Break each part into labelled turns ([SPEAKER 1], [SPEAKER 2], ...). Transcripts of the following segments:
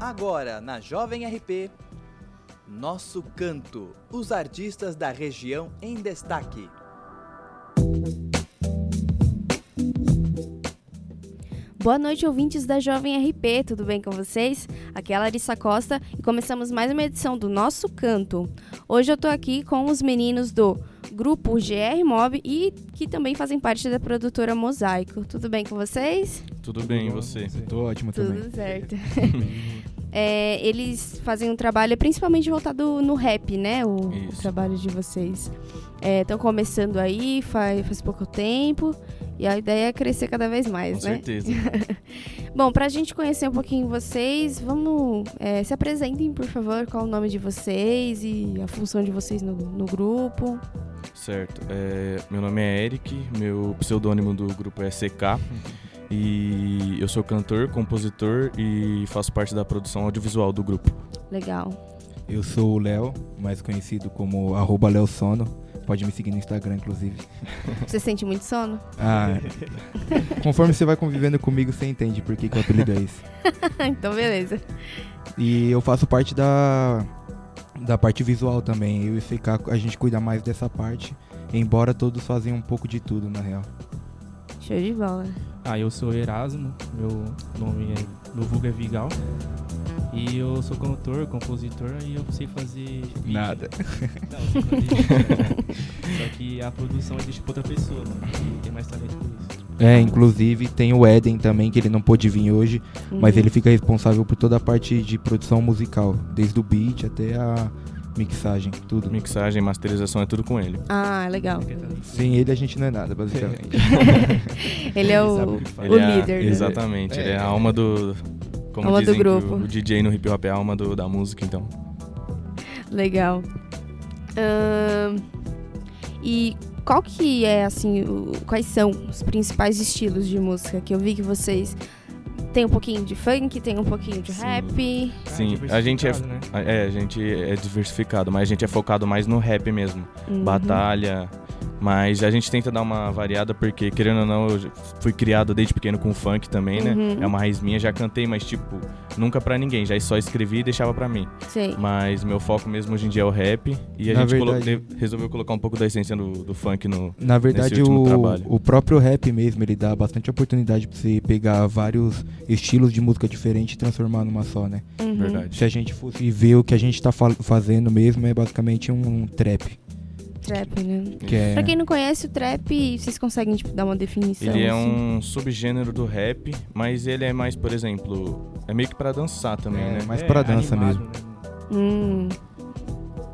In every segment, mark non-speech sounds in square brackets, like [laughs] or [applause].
[SPEAKER 1] Agora, na Jovem RP, Nosso Canto, os artistas da região em destaque.
[SPEAKER 2] Boa noite, ouvintes da Jovem RP, tudo bem com vocês? Aqui é a Larissa Costa e começamos mais uma edição do Nosso Canto. Hoje eu tô aqui com os meninos do grupo GR Mob e que também fazem parte da produtora Mosaico. Tudo bem com vocês?
[SPEAKER 3] Tudo bem, e você?
[SPEAKER 4] Tô ótimo também.
[SPEAKER 2] Tudo certo. [laughs] É, eles fazem um trabalho principalmente voltado no rap, né? O, o
[SPEAKER 3] Isso.
[SPEAKER 2] trabalho de vocês. Estão começando aí, faz, faz pouco tempo, e a ideia é crescer cada vez mais,
[SPEAKER 3] Com
[SPEAKER 2] né? [laughs]
[SPEAKER 3] certeza.
[SPEAKER 2] Bom, pra gente conhecer um pouquinho vocês, vamos. é, se apresentem, por favor, qual o nome de vocês e a função de vocês no, no grupo.
[SPEAKER 3] Certo. É, meu nome é Eric, meu pseudônimo do grupo é CK. E eu sou cantor, compositor e faço parte da produção audiovisual do grupo.
[SPEAKER 2] Legal.
[SPEAKER 4] Eu sou o Léo, mais conhecido como arroba Léo Sono. Pode me seguir no Instagram, inclusive.
[SPEAKER 2] Você sente muito sono? [laughs]
[SPEAKER 4] Ah, conforme você vai convivendo comigo, você entende por que, que o apelido é esse.
[SPEAKER 2] então, beleza.
[SPEAKER 4] E eu faço parte da, da parte visual também. Eu e o CK, a gente cuida mais dessa parte. Embora todos fazem um pouco de tudo, na real.
[SPEAKER 2] Show de bola.
[SPEAKER 5] Ah, eu sou Erasmo, meu nome é. Meu vulgo é Vigal. E eu sou cantor, compositor e eu sei fazer. beat.
[SPEAKER 4] Nada.
[SPEAKER 5] Não, eu sei fazer
[SPEAKER 4] [laughs]
[SPEAKER 5] beat, né? Só que a produção existe pra outra pessoa, mano. E tem mais talento por isso.
[SPEAKER 4] É, inclusive tem o Eden também, que ele não pôde vir hoje. Mas
[SPEAKER 2] Uhum.
[SPEAKER 4] ele fica responsável por toda a parte de produção musical, desde o beat até a mixagem, tudo.
[SPEAKER 3] Mixagem, masterização é tudo com ele.
[SPEAKER 2] Ah, legal.
[SPEAKER 5] Porque tá- também-
[SPEAKER 4] Sem ele a gente não é
[SPEAKER 3] [laughs]
[SPEAKER 4] nada, basicamente.
[SPEAKER 2] Ele é
[SPEAKER 5] sabe
[SPEAKER 2] o,
[SPEAKER 5] que faz.
[SPEAKER 2] o
[SPEAKER 3] Ele é-
[SPEAKER 2] líder. né?
[SPEAKER 3] Exatamente, ele é a alma do. Como
[SPEAKER 2] Alma do
[SPEAKER 3] dizem que
[SPEAKER 2] grupo.
[SPEAKER 3] o DJ no hip hop é a alma do- da música, então.
[SPEAKER 2] Legal. Ahn, e qual que é, assim, o- quais são os principais estilos de música que eu vi que vocês têm um pouquinho de funk, tem um pouquinho de
[SPEAKER 3] Sim.
[SPEAKER 2] rap.
[SPEAKER 5] Ah,
[SPEAKER 3] Sim, a gente é-
[SPEAKER 5] diversificado, Né?
[SPEAKER 3] É, a gente é diversificado, mas a gente é focado mais no rap mesmo.
[SPEAKER 2] Uhum.
[SPEAKER 3] batalha. Mas a gente tenta dar uma variada, porque, querendo ou não, eu já fui criado desde pequeno com funk também, né?
[SPEAKER 2] Uhum.
[SPEAKER 3] É uma raiz minha, já cantei, mas, tipo, nunca pra ninguém. Já só escrevi e deixava pra mim.
[SPEAKER 2] Uhum. Sei.
[SPEAKER 3] Mas meu foco mesmo hoje em dia é o rap. E a
[SPEAKER 4] Na
[SPEAKER 3] gente colo-
[SPEAKER 4] verdade-
[SPEAKER 3] de- resolveu colocar um pouco da essência do, do funk
[SPEAKER 2] Uhum.
[SPEAKER 3] no.
[SPEAKER 4] Na verdade,
[SPEAKER 3] Nesse último
[SPEAKER 4] o,
[SPEAKER 3] trabalho.
[SPEAKER 4] o próprio rap mesmo, ele dá bastante oportunidade pra você pegar vários estilos de música diferente e transformar numa só, né?
[SPEAKER 2] Uhum.
[SPEAKER 3] Verdade.
[SPEAKER 4] Se a gente fosse ver o que a gente tá fa- fazendo mesmo, é basicamente um trap.
[SPEAKER 2] Trap, né?
[SPEAKER 4] Que é...
[SPEAKER 2] Pra quem não conhece o trap, vocês conseguem tipo, dar uma definição?
[SPEAKER 3] Ele é
[SPEAKER 2] assim?
[SPEAKER 3] um subgênero do rap, mas ele é mais, por exemplo, é meio que pra dançar também,
[SPEAKER 4] É,
[SPEAKER 3] né?
[SPEAKER 4] mais pra dança
[SPEAKER 5] animado,
[SPEAKER 4] mesmo.
[SPEAKER 5] Né?
[SPEAKER 2] Hum,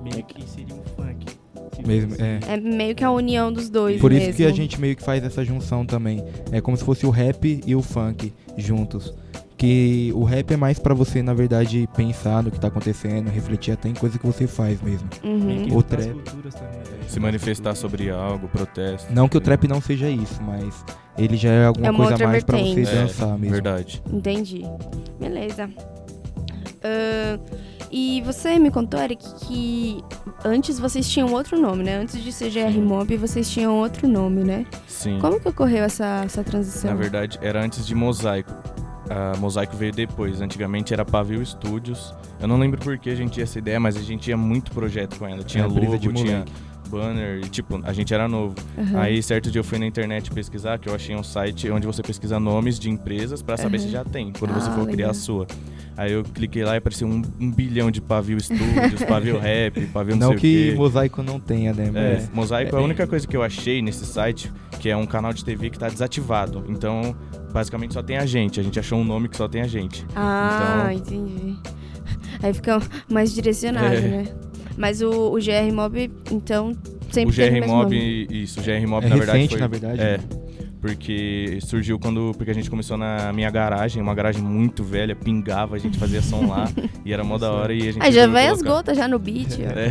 [SPEAKER 5] Meio que seria um funk. assim, Se
[SPEAKER 4] Mesmo,
[SPEAKER 5] fosse-
[SPEAKER 4] é.
[SPEAKER 2] é meio que a união dos dois.
[SPEAKER 4] Por isso
[SPEAKER 2] mesmo.
[SPEAKER 4] que a gente meio que faz essa junção também. É como se fosse o rap e o funk juntos. Que o rap é mais pra você, na verdade, pensar no que tá acontecendo, refletir até em coisa que você faz mesmo.
[SPEAKER 5] Meio
[SPEAKER 2] Uhum.
[SPEAKER 5] que
[SPEAKER 4] O
[SPEAKER 5] juntar as
[SPEAKER 4] trap.
[SPEAKER 5] culturas também, né?
[SPEAKER 3] Se manifestar sobre algo, protesto.
[SPEAKER 4] Não que o trap não seja isso, mas ele já é alguma
[SPEAKER 2] É uma
[SPEAKER 4] coisa
[SPEAKER 2] outra
[SPEAKER 4] mais pra você
[SPEAKER 2] vertente.
[SPEAKER 3] É,
[SPEAKER 4] dançar mesmo.
[SPEAKER 3] Verdade.
[SPEAKER 2] Entendi. Beleza. Ahn, e você me contou, Eric, que antes vocês tinham outro nome, né? Antes de ser GR
[SPEAKER 3] Sim.
[SPEAKER 2] Mob, vocês tinham outro nome, né?
[SPEAKER 3] Sim.
[SPEAKER 2] Como que ocorreu essa, essa transição?
[SPEAKER 3] Na verdade, era antes de Mosaico. A Mosaico veio depois. Antigamente era Pavio Studios. Eu não lembro por que a gente tinha essa ideia, mas a gente tinha muito projeto com ela. Tinha
[SPEAKER 4] Era É brisa
[SPEAKER 3] logo,
[SPEAKER 4] de
[SPEAKER 3] tinha banner, e tipo, a gente era novo.
[SPEAKER 2] Aham.
[SPEAKER 3] Aí certo dia eu fui na internet pesquisar, que eu achei um site onde você pesquisa nomes de empresas pra saber se já tem, quando você
[SPEAKER 2] Ah,
[SPEAKER 3] for criar
[SPEAKER 2] legal.
[SPEAKER 3] a sua. Aí eu cliquei lá e apareceu um, um bilhão de
[SPEAKER 2] [laughs]
[SPEAKER 3] Pavio Studios, Pavio Rap, Pavio não, sei
[SPEAKER 4] Não que
[SPEAKER 3] o quê.
[SPEAKER 4] mosaico não tenha, né?
[SPEAKER 3] É,
[SPEAKER 4] Mas
[SPEAKER 3] Mosaico é
[SPEAKER 4] É.
[SPEAKER 3] a única coisa que eu achei nesse site, que é um canal de TV que tá desativado. Então, basicamente só tem a gente. A gente achou um nome que só tem a gente.
[SPEAKER 2] Ah, entendi. Aí fica mais direcionado,
[SPEAKER 3] então- É.
[SPEAKER 2] né? Mas o, o GR Mob, então, sempre
[SPEAKER 3] o
[SPEAKER 2] teve
[SPEAKER 3] GR
[SPEAKER 2] mesmo
[SPEAKER 3] Mob,
[SPEAKER 2] nome.
[SPEAKER 3] isso, o GR Mob
[SPEAKER 4] É
[SPEAKER 3] na verdade
[SPEAKER 4] recente,
[SPEAKER 3] foi
[SPEAKER 4] na verdade,
[SPEAKER 3] É.
[SPEAKER 4] né?
[SPEAKER 3] Porque surgiu quando porque a gente começou na minha garagem, uma garagem muito velha, pingava, a gente fazia
[SPEAKER 2] [laughs]
[SPEAKER 3] som lá e era mó da hora e a gente
[SPEAKER 2] Aí já
[SPEAKER 3] resolveu
[SPEAKER 2] vai as
[SPEAKER 3] colocar-
[SPEAKER 2] gotas já no beat, ó.
[SPEAKER 3] É.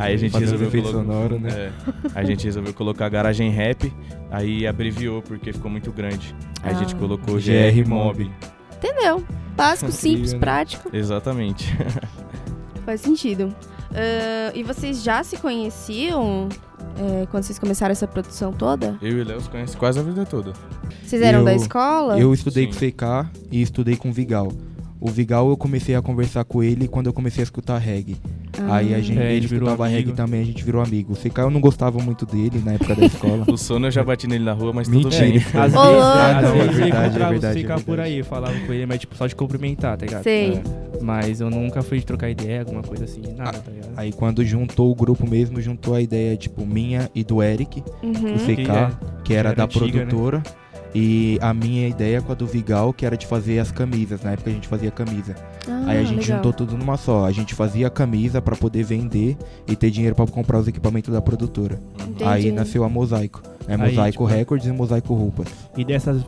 [SPEAKER 3] [laughs] Aí a gente
[SPEAKER 4] Fazer os
[SPEAKER 3] resolveu
[SPEAKER 4] efeitos
[SPEAKER 3] colocar.
[SPEAKER 4] sonoros, né?
[SPEAKER 3] É. A gente resolveu colocar garagem rap, aí abreviou porque ficou muito grande. Aí a gente
[SPEAKER 2] Ah.
[SPEAKER 3] colocou
[SPEAKER 4] GR
[SPEAKER 3] GR
[SPEAKER 4] Mob.
[SPEAKER 3] Mob.
[SPEAKER 2] Entendeu? Básico, simples,
[SPEAKER 4] né?
[SPEAKER 2] prático.
[SPEAKER 3] Exatamente.
[SPEAKER 2] Faz sentido. Ah, e vocês já se conheciam é, quando vocês começaram essa produção toda?
[SPEAKER 3] Eu e o Léo se conhecem quase a vida toda.
[SPEAKER 2] Vocês eram
[SPEAKER 4] Eu-
[SPEAKER 2] da escola?
[SPEAKER 4] Eu estudei
[SPEAKER 3] Sim.
[SPEAKER 4] com CK e estudei com Vigal. O Vigal eu comecei a conversar com ele quando eu comecei a escutar reggae.
[SPEAKER 2] Ah.
[SPEAKER 4] Aí a gente,
[SPEAKER 5] É,
[SPEAKER 4] ele
[SPEAKER 5] ele virou
[SPEAKER 4] escutava
[SPEAKER 5] amigo.
[SPEAKER 4] reggae também, a gente virou amigo. O CK eu não gostava muito dele na época
[SPEAKER 3] [laughs]
[SPEAKER 4] da escola.
[SPEAKER 3] O sono eu já bati nele na rua, mas tudo
[SPEAKER 4] Mentira.
[SPEAKER 3] bem.
[SPEAKER 5] Às vezes,
[SPEAKER 2] Ô, louco.
[SPEAKER 4] Ah, não,
[SPEAKER 5] às
[SPEAKER 4] é
[SPEAKER 5] vezes eu
[SPEAKER 4] verdade, é
[SPEAKER 5] encontrava
[SPEAKER 4] verdade, é
[SPEAKER 5] ficar por
[SPEAKER 4] verdade.
[SPEAKER 5] aí, eu falava com ele, mas tipo, só de cumprimentar, tá ligado?
[SPEAKER 4] é.
[SPEAKER 2] Sei.
[SPEAKER 5] Mas eu nunca fui de trocar ideia, alguma coisa assim, nada, tá
[SPEAKER 3] Ah,
[SPEAKER 5] ligado?
[SPEAKER 4] Aí quando juntou o grupo mesmo, juntou a ideia, tipo, minha e do Eric,
[SPEAKER 2] Uhum.
[SPEAKER 4] o CK,
[SPEAKER 5] Que é-
[SPEAKER 4] que era
[SPEAKER 5] era
[SPEAKER 4] da
[SPEAKER 5] antiga, né?
[SPEAKER 4] produtora. E a minha ideia com a do Vigal, que era de fazer as camisas. Na época a gente fazia camisa.
[SPEAKER 2] Ah,
[SPEAKER 4] Aí a gente
[SPEAKER 2] legal.
[SPEAKER 4] juntou tudo numa só. A gente fazia a camisa pra poder vender e ter dinheiro pra comprar os equipamentos da produtora.
[SPEAKER 2] Entendi.
[SPEAKER 4] Aí nasceu a Mosaico. É Mosaico
[SPEAKER 5] tipo-
[SPEAKER 4] Records e Mosaico Roupas.
[SPEAKER 5] é, E dessas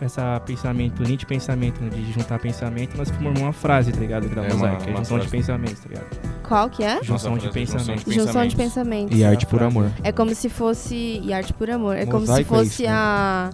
[SPEAKER 5] essa pensamento, linha de pensamento, né, de juntar pensamento, nós formamos uma frase, tá ligado? Da
[SPEAKER 3] É, uma-
[SPEAKER 5] mosaica,
[SPEAKER 3] uma
[SPEAKER 5] junção de
[SPEAKER 3] frase.
[SPEAKER 5] pensamentos, tá ligado?
[SPEAKER 2] Qual que é?
[SPEAKER 5] Junção de
[SPEAKER 3] Nossa, frase, junção
[SPEAKER 5] pensamentos.
[SPEAKER 2] Junção de
[SPEAKER 3] pensamentos.
[SPEAKER 2] pensamentos.
[SPEAKER 4] E Arte por
[SPEAKER 5] frase.
[SPEAKER 4] Amor.
[SPEAKER 2] É como se fosse. E arte por amor. É como se
[SPEAKER 4] Mosaico é
[SPEAKER 2] fosse
[SPEAKER 4] isso, né?
[SPEAKER 2] a.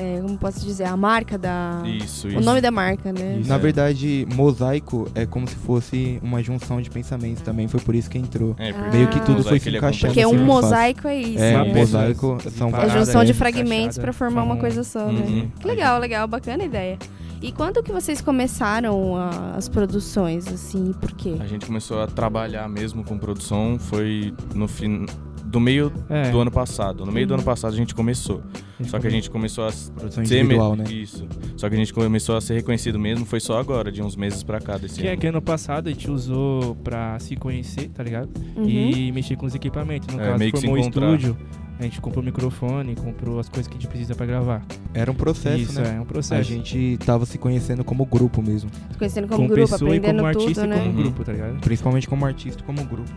[SPEAKER 2] é, como posso dizer? A marca da.
[SPEAKER 3] Isso, isso.
[SPEAKER 2] O nome da marca, né?
[SPEAKER 3] Isso.
[SPEAKER 4] Na
[SPEAKER 3] é.
[SPEAKER 4] verdade, Mosaico é como se fosse uma junção de pensamentos também. Foi por isso que entrou.
[SPEAKER 2] Ah.
[SPEAKER 3] É, porque
[SPEAKER 4] Meio que tudo
[SPEAKER 3] mosaico,
[SPEAKER 4] foi se
[SPEAKER 3] ele é
[SPEAKER 4] encaixando.
[SPEAKER 2] Porque
[SPEAKER 3] complexo.
[SPEAKER 4] assim,
[SPEAKER 2] um
[SPEAKER 4] muito fácil.
[SPEAKER 2] mosaico é isso.
[SPEAKER 4] É,
[SPEAKER 5] Uma
[SPEAKER 2] né?
[SPEAKER 4] um
[SPEAKER 5] peça
[SPEAKER 4] mosaico são
[SPEAKER 2] É a
[SPEAKER 5] separada,
[SPEAKER 4] várias
[SPEAKER 2] junção de
[SPEAKER 5] é,
[SPEAKER 2] fragmentos
[SPEAKER 5] encaixada,
[SPEAKER 2] pra formar uma
[SPEAKER 5] forma um-
[SPEAKER 2] coisa só, né?
[SPEAKER 3] Uhum.
[SPEAKER 2] Que Legal, legal, bacana a ideia. E quando que vocês começaram a- as produções, assim, e por quê?
[SPEAKER 3] A gente começou a trabalhar mesmo com produção, foi no fim do meio
[SPEAKER 5] É,
[SPEAKER 3] do ano passado. No meio do ano passado a gente começou. Só que a gente começou a
[SPEAKER 4] Produção
[SPEAKER 3] ser
[SPEAKER 4] individual, né?
[SPEAKER 3] isso. Só que a gente começou a ser reconhecido mesmo foi só agora, de uns meses pra cá desse
[SPEAKER 5] Que é
[SPEAKER 3] ano.
[SPEAKER 5] que ano passado a gente usou pra se conhecer, tá ligado?
[SPEAKER 2] Uhum.
[SPEAKER 5] E mexer com os equipamentos. No
[SPEAKER 3] É,
[SPEAKER 5] caso,
[SPEAKER 3] meio que se
[SPEAKER 5] formou um
[SPEAKER 3] encontrar.
[SPEAKER 5] estúdio, a gente comprou microfone, comprou as coisas que a gente precisa pra gravar.
[SPEAKER 4] Era um processo,
[SPEAKER 5] Isso,
[SPEAKER 4] né?
[SPEAKER 5] é um
[SPEAKER 4] A
[SPEAKER 5] processo.
[SPEAKER 4] gente tava se conhecendo como grupo mesmo.
[SPEAKER 2] Se Conhecendo como
[SPEAKER 5] como
[SPEAKER 2] grupo,
[SPEAKER 5] pessoa e
[SPEAKER 2] aprendendo
[SPEAKER 5] como
[SPEAKER 2] tudo,
[SPEAKER 5] artista
[SPEAKER 2] né?
[SPEAKER 5] e como
[SPEAKER 3] Uhum.
[SPEAKER 5] grupo, tá ligado?
[SPEAKER 4] Principalmente como artista, como grupo.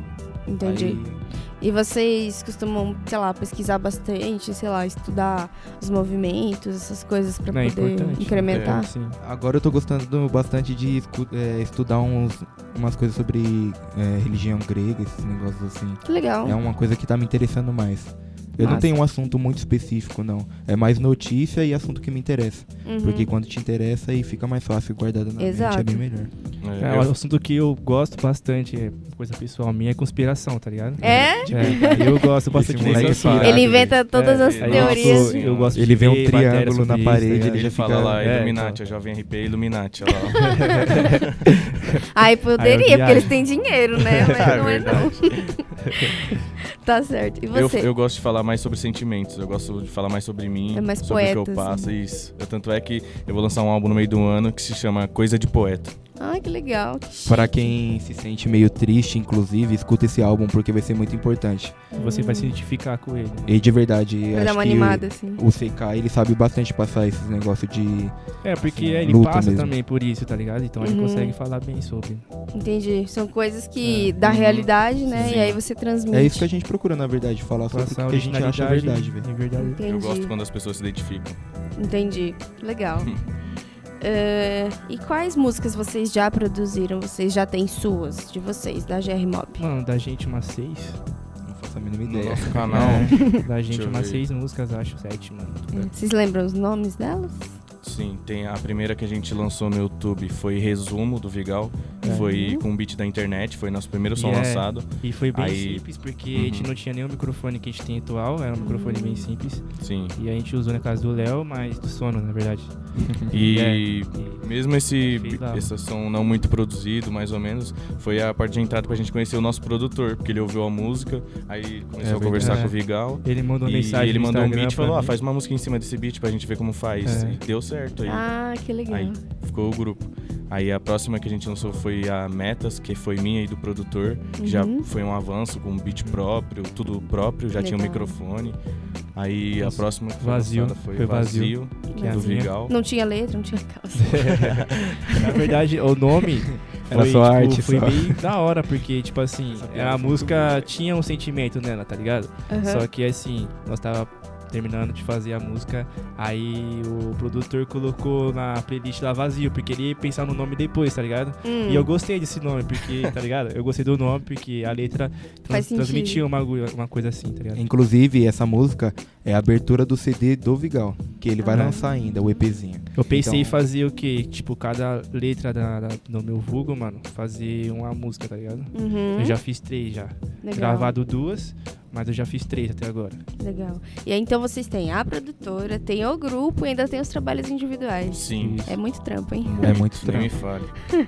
[SPEAKER 2] Entendi.
[SPEAKER 4] Aí,
[SPEAKER 2] E vocês costumam, sei lá, pesquisar bastante, sei lá, estudar os movimentos, essas coisas pra
[SPEAKER 5] Não, é
[SPEAKER 2] poder
[SPEAKER 5] importante. É,
[SPEAKER 2] incrementar?
[SPEAKER 5] Sim.
[SPEAKER 4] agora eu tô gostando do- bastante de escu- é, estudar uns, umas coisas sobre é, religião grega, esses negócios assim.
[SPEAKER 2] Que legal.
[SPEAKER 4] É uma coisa que tá me interessando mais. Eu não
[SPEAKER 5] Massa.
[SPEAKER 4] tenho um assunto muito específico, não. É mais notícia e assunto que me interessa.
[SPEAKER 2] Uhum.
[SPEAKER 4] Porque quando te interessa aí fica mais fácil guardado na
[SPEAKER 2] Exato.
[SPEAKER 4] mente, é bem melhor.
[SPEAKER 3] É,
[SPEAKER 5] É,
[SPEAKER 3] eu-
[SPEAKER 5] o assunto que eu gosto bastante, é coisa pessoal minha, é conspiração, tá ligado?
[SPEAKER 2] É?
[SPEAKER 5] É, eu gosto bastante
[SPEAKER 4] Esse moleque
[SPEAKER 5] desse
[SPEAKER 4] é
[SPEAKER 5] assunto.
[SPEAKER 4] pirado,
[SPEAKER 2] Ele inventa todas
[SPEAKER 5] É,
[SPEAKER 2] as
[SPEAKER 5] aí eu
[SPEAKER 2] teorias.
[SPEAKER 5] gosto- Eu gosto
[SPEAKER 4] Ele
[SPEAKER 5] de
[SPEAKER 4] vê um
[SPEAKER 5] ver matéria
[SPEAKER 4] triângulo
[SPEAKER 5] sobre
[SPEAKER 4] na
[SPEAKER 5] isso,
[SPEAKER 4] parede,
[SPEAKER 5] tá ligado?
[SPEAKER 4] ele
[SPEAKER 3] Ele
[SPEAKER 4] já
[SPEAKER 3] fala
[SPEAKER 4] fica- então.
[SPEAKER 3] lá,
[SPEAKER 5] É,
[SPEAKER 3] Illuminati, a jovem RP Illuminati, olha lá.
[SPEAKER 2] Aí
[SPEAKER 5] Aí eu
[SPEAKER 2] poderia,
[SPEAKER 5] viajo.
[SPEAKER 2] porque eles têm dinheiro,
[SPEAKER 5] [laughs]
[SPEAKER 2] né? Mas
[SPEAKER 3] É
[SPEAKER 2] não [laughs] é não.
[SPEAKER 3] verdade.
[SPEAKER 2] Tá certo. E
[SPEAKER 3] Eu,
[SPEAKER 2] você?
[SPEAKER 3] eu gosto de falar mais sobre sentimentos, eu gosto de falar mais sobre mim,
[SPEAKER 2] É mais
[SPEAKER 3] sobre o
[SPEAKER 2] poeta,
[SPEAKER 3] que eu
[SPEAKER 2] assim.
[SPEAKER 3] passo, isso. Eu- tanto é que eu vou lançar um álbum no meio do ano que se chama Coisa de Poeta.
[SPEAKER 2] Ai, Ah, que legal. que chique.
[SPEAKER 4] Pra quem se sente meio triste, inclusive, escuta esse álbum porque vai ser muito importante.
[SPEAKER 5] Você vai se identificar com ele.
[SPEAKER 4] E de verdade,
[SPEAKER 2] Vai dar
[SPEAKER 4] acho
[SPEAKER 2] uma
[SPEAKER 4] que
[SPEAKER 2] animada, assim.
[SPEAKER 4] o CK ele sabe bastante passar esses negócios de
[SPEAKER 5] É, porque ele
[SPEAKER 4] Luta
[SPEAKER 5] passa
[SPEAKER 4] mesmo.
[SPEAKER 5] também por isso, tá ligado? Então ele
[SPEAKER 2] Uhum.
[SPEAKER 5] consegue falar bem sobre.
[SPEAKER 2] Entendi. São coisas que
[SPEAKER 5] É.
[SPEAKER 2] da
[SPEAKER 3] Uhum.
[SPEAKER 2] realidade, né? E
[SPEAKER 3] Sim.
[SPEAKER 2] aí você transmite.
[SPEAKER 4] É isso que a gente procura, na verdade, falar sobre o que,
[SPEAKER 5] Passar
[SPEAKER 4] que a gente acha
[SPEAKER 5] originalidade
[SPEAKER 4] verdade, velho.
[SPEAKER 5] em verdade.
[SPEAKER 2] Entendi.
[SPEAKER 3] Eu gosto quando as pessoas se identificam.
[SPEAKER 2] Entendi. Legal. Eh, e quais músicas vocês já produziram? Vocês já têm suas, de vocês, da GR Mob?
[SPEAKER 5] Mano, da gente umas seis.
[SPEAKER 4] Não faço a mínima
[SPEAKER 3] No
[SPEAKER 4] ideia.
[SPEAKER 3] nosso canal,
[SPEAKER 5] Da
[SPEAKER 3] Deixa
[SPEAKER 5] gente
[SPEAKER 3] eu
[SPEAKER 5] umas
[SPEAKER 3] ver.
[SPEAKER 5] seis músicas, acho, sete, mano.
[SPEAKER 2] Vocês lembram os nomes delas?
[SPEAKER 3] [laughs] sim, tem a primeira que a gente lançou no YouTube foi Resumo do Vigal,
[SPEAKER 5] É.
[SPEAKER 3] foi com um beat da internet, foi nosso primeiro som
[SPEAKER 5] E é-
[SPEAKER 3] lançado.
[SPEAKER 5] E foi bem
[SPEAKER 3] Aí-
[SPEAKER 5] simples, porque a
[SPEAKER 3] Uhum.
[SPEAKER 5] gente não tinha nenhum microfone que a gente tem atual, era um microfone bem simples.
[SPEAKER 3] Sim.
[SPEAKER 5] E a gente usou na casa do Léo, mas do sono, na verdade.
[SPEAKER 3] E
[SPEAKER 5] E-
[SPEAKER 3] mesmo esse,
[SPEAKER 5] Fez lá.
[SPEAKER 3] esse som não muito produzido, mais ou menos, foi a parte de entrada pra gente conhecer o nosso produtor, porque ele ouviu a música, aí começou a
[SPEAKER 4] verdade.
[SPEAKER 3] conversar
[SPEAKER 5] É.
[SPEAKER 3] com o Vigal.
[SPEAKER 5] Ele mandou uma
[SPEAKER 3] E
[SPEAKER 5] mensagem.
[SPEAKER 3] ele
[SPEAKER 5] no
[SPEAKER 3] mandou um
[SPEAKER 5] Instagram
[SPEAKER 3] beat e
[SPEAKER 5] pra
[SPEAKER 3] falou, ah,
[SPEAKER 5] mim.
[SPEAKER 3] faz uma música em cima desse beat pra gente ver como faz.
[SPEAKER 5] É.
[SPEAKER 3] E deu certo aí.
[SPEAKER 2] Ah, que legal.
[SPEAKER 3] Aí ficou o grupo. Aí a próxima que a gente lançou foi a Metas, que foi minha e do produtor. que Já
[SPEAKER 2] Uhum.
[SPEAKER 3] foi um avanço com beat próprio, tudo próprio, já tinha um
[SPEAKER 2] Legal.
[SPEAKER 3] microfone. Aí
[SPEAKER 5] Nossa,
[SPEAKER 3] a próxima que foi
[SPEAKER 5] vazio,
[SPEAKER 3] lançada foi
[SPEAKER 5] foi
[SPEAKER 3] Vazio,
[SPEAKER 5] Que é a
[SPEAKER 3] do
[SPEAKER 5] minha.
[SPEAKER 3] Vigal.
[SPEAKER 2] Não tinha letra, não tinha calça.
[SPEAKER 5] Na verdade, o nome
[SPEAKER 3] [laughs]
[SPEAKER 4] Era
[SPEAKER 5] foi,
[SPEAKER 4] só
[SPEAKER 5] tipo,
[SPEAKER 4] arte,
[SPEAKER 5] foi
[SPEAKER 4] só.
[SPEAKER 5] bem da hora, porque, tipo assim, a música tinha um sentimento nela, tá ligado? Só que assim, nós tava terminando de fazer a música, aí o produtor colocou na playlist lá vazio, porque ele ia pensar no nome depois, tá ligado?
[SPEAKER 2] Hum.
[SPEAKER 5] E eu gostei desse nome, porque, tá ligado? Eu gostei do nome, porque a letra
[SPEAKER 2] Faz
[SPEAKER 5] trans
[SPEAKER 2] sentido.
[SPEAKER 5] transmitia uma, agulha- uma coisa assim, tá ligado?
[SPEAKER 4] Inclusive, essa música é a abertura do CD do Vigal, que ele vai
[SPEAKER 2] Ah.
[SPEAKER 4] lançar ainda, o EPzinho.
[SPEAKER 5] Eu pensei em
[SPEAKER 4] Então-
[SPEAKER 5] fazer o quê? Tipo, cada letra da, da- do meu vulgo,
[SPEAKER 2] Uhum. Hum.
[SPEAKER 5] mano, fazer uma música, tá ligado? Eu já fiz três já. Gravado duas, Mas eu já fiz três até agora.
[SPEAKER 2] Legal. E aí então vocês têm a produtora, tem o grupo e ainda tem os trabalhos individuais.
[SPEAKER 3] Sim.
[SPEAKER 2] É muito trampo, hein?
[SPEAKER 4] É muito
[SPEAKER 3] Nem
[SPEAKER 4] estranho.
[SPEAKER 3] me fale.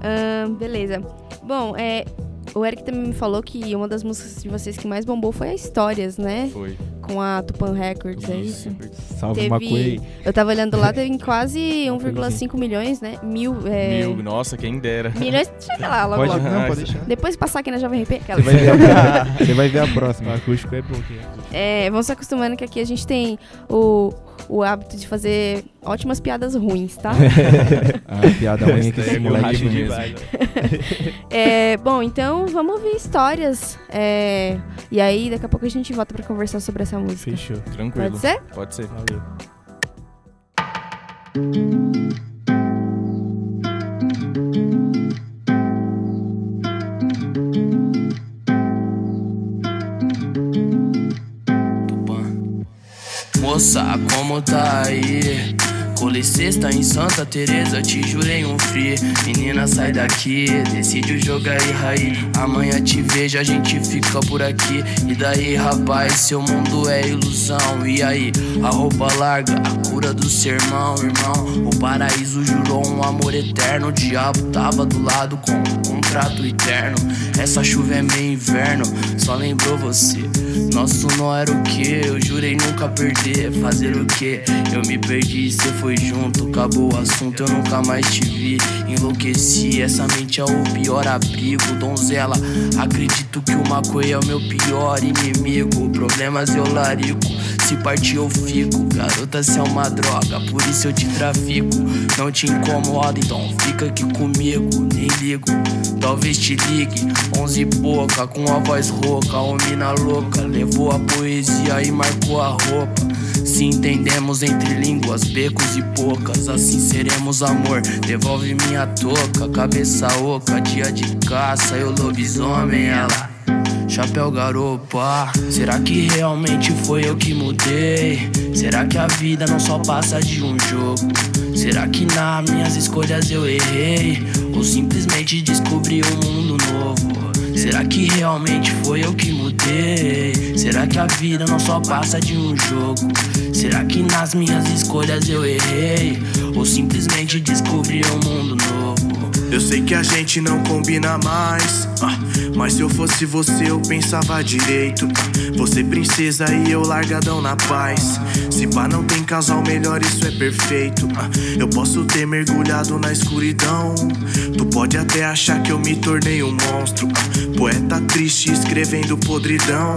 [SPEAKER 2] Ah, beleza. Bom, é, o Eric também me falou que uma das músicas de vocês que mais bombou foi a Histórias, né?
[SPEAKER 3] Foi.
[SPEAKER 2] Com a Tupan Records, é isso?
[SPEAKER 4] Salve Macuei.
[SPEAKER 2] Eu tava olhando lá,
[SPEAKER 4] [laughs]
[SPEAKER 2] teve quase
[SPEAKER 5] Uma coisinha.
[SPEAKER 2] 1,5 milhões, né? Mil. É,
[SPEAKER 3] Mil, nossa, quem dera. [laughs]
[SPEAKER 2] Milhões. Chega lá, logo,
[SPEAKER 4] Pode,
[SPEAKER 2] logo.
[SPEAKER 4] não,
[SPEAKER 3] Ah,
[SPEAKER 4] pode
[SPEAKER 3] isso-
[SPEAKER 4] deixar.
[SPEAKER 2] Depois de passar aqui na Jovem RP, aquela.
[SPEAKER 4] Você vai ver a
[SPEAKER 3] [laughs]
[SPEAKER 4] próxima. Você vai ver a
[SPEAKER 5] O
[SPEAKER 4] próxima.
[SPEAKER 5] acústico é bom aqui.
[SPEAKER 2] [laughs] É, vão se acostumando que aqui a gente tem o, o hábito de fazer ótimas piadas ruins,
[SPEAKER 4] [laughs]
[SPEAKER 2] tá?
[SPEAKER 4] A piada ruim é que esse
[SPEAKER 3] Hashtag
[SPEAKER 4] moleque
[SPEAKER 3] racho
[SPEAKER 4] mesmo.
[SPEAKER 3] demais.
[SPEAKER 2] É, bom, então vamos ouvir histórias. é, e aí daqui a pouco a gente volta pra conversar sobre essa música.
[SPEAKER 5] Fechou.
[SPEAKER 3] Tranquilo.
[SPEAKER 2] Pode ser?
[SPEAKER 3] Pode ser.
[SPEAKER 5] Valeu.
[SPEAKER 6] Moça, como tá aí? Colei sexta em Santa Teresa, te jurei um free. Menina, sai daqui, decide o jogo aí, Raí. Amanhã te vejo, a gente fica por aqui. E daí, rapaz, seu mundo é ilusão. E aí, a roupa larga, a cura do sermão, irmão. O paraíso jurou um amor eterno. O diabo tava do lado com um contrato eterno. Essa chuva é meio inverno, só lembrou você. Nosso nó era o que? Eu jurei nunca perder. Fazer o que? Eu me perdi, cê foi junto. Acabou o assunto, eu nunca mais te vi. Enlouqueci, essa mente é o pior abrigo. Donzela, acredito que o maconha é o meu pior inimigo. Problemas eu larico. Se partir eu fico, garota, cê é uma droga, por isso eu te trafico. Não te incomoda, então fica aqui comigo, nem ligo. Talvez te ligue, onze e pouca, com a voz rouca, ô mina louca. Levou a poesia e marcou a roupa. Se entendemos entre línguas, becos e bocas, assim seremos amor. Devolve minha touca, cabeça oca, dia de caça, eu lobisomem, ela. Chapéu garopa, será que realmente foi eu que mudei? Será que a vida não só passa de um jogo? Será que nas minhas escolhas eu errei? Ou simplesmente descobri um mundo novo? Será que realmente foi eu que mudei? Será que a vida não só passa de um jogo? Será que nas minhas escolhas eu errei? Ou simplesmente descobri um mundo novo?
[SPEAKER 7] Eu sei que a gente não combina mais. ah, mas se eu fosse você, eu pensava direito. ah. você princesa e eu largadão na paz. Se pá não tem casal melhor, isso é perfeito. ah. eu posso ter mergulhado na escuridão. Tu pode até achar que eu me tornei um monstro. ah. poeta triste escrevendo podridão.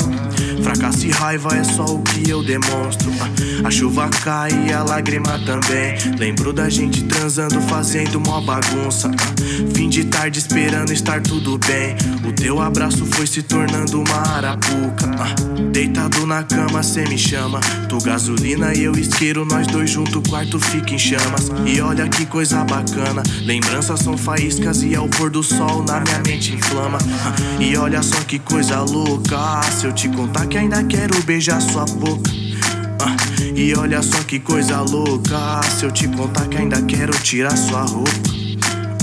[SPEAKER 7] Fracasso e raiva é só o que eu demonstro. ah. a chuva cai e a lágrima também. Lembro da gente transando, fazendo mó bagunça. ah. Fim de tarde esperando estar tudo bem. O teu abraço foi se tornando uma arapuca. ah. Deitado na cama, cê me chama. Tu gasolina e eu isqueiro, nós dois junto, o quarto fica em chamas. E olha que coisa bacana. Lembranças são faíscas e ao pôr do sol na minha mente inflama. Ah, E olha só que coisa louca. Se eu te contar que ainda quero beijar sua boca. Ah, E olha só que coisa louca. Se eu te contar que ainda quero tirar sua roupa.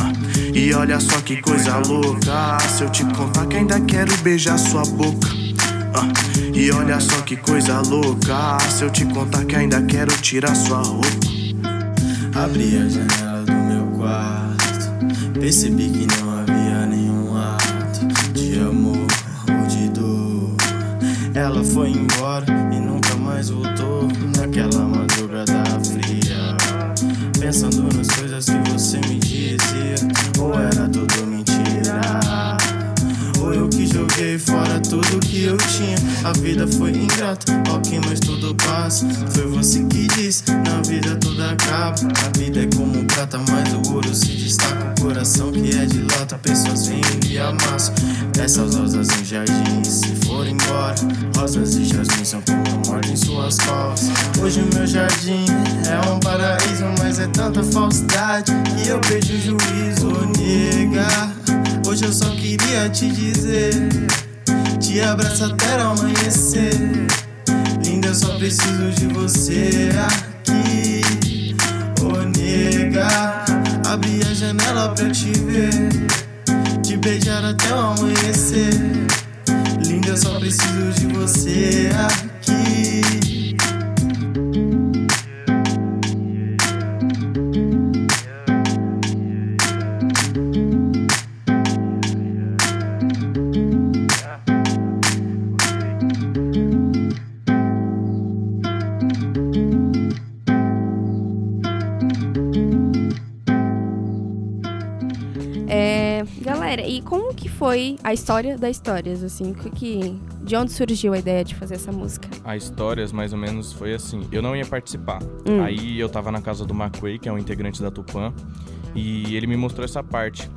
[SPEAKER 7] Ah, E olha só que coisa louca. Se eu te contar que ainda quero beijar sua boca. Ah, E olha só que coisa louca. Se eu te contar que ainda quero tirar sua roupa.
[SPEAKER 8] Abri a janela do meu quarto. Percebi que não havia nenhum ato de amor ou de dor. Ela foi embora e nunca mais voltou. Naquela madrugada fria, pensando nas coisas que você me dizia. Ou era tudo mentira. Ou eu que joguei fora tudo que eu tinha. A vida foi ingrata, ok, mas tudo passa. Foi você que disse: na vida tudo acaba. A vida é como prata, mas o ouro se destaca. O coração que é de lata, pessoas vêm e amassam. Essas rosas em jardim, se for embora. Rosas e jasmim são como a morte em suas costas. Hoje o meu jardim é um paraíso, mas é tanta falsidade que eu vejo juízo, ô nega. Hoje eu só queria te dizer Te abraço até o amanhecer Linda, eu só preciso de você aqui Ô nega Abri a janela pra te ver Te beijar até o amanhecer Linda, eu
[SPEAKER 9] eu só preciso de você aqui.
[SPEAKER 2] É, galera, e como que foi a história das histórias, assim? Que, que- de onde surgiu a ideia de fazer essa música?
[SPEAKER 3] A histórias, mais ou menos, foi assim. Eu não ia participar.
[SPEAKER 2] Hum.
[SPEAKER 3] Aí eu tava na casa do McQuay, que é um integrante da Tupan, e ele me mostrou essa parte.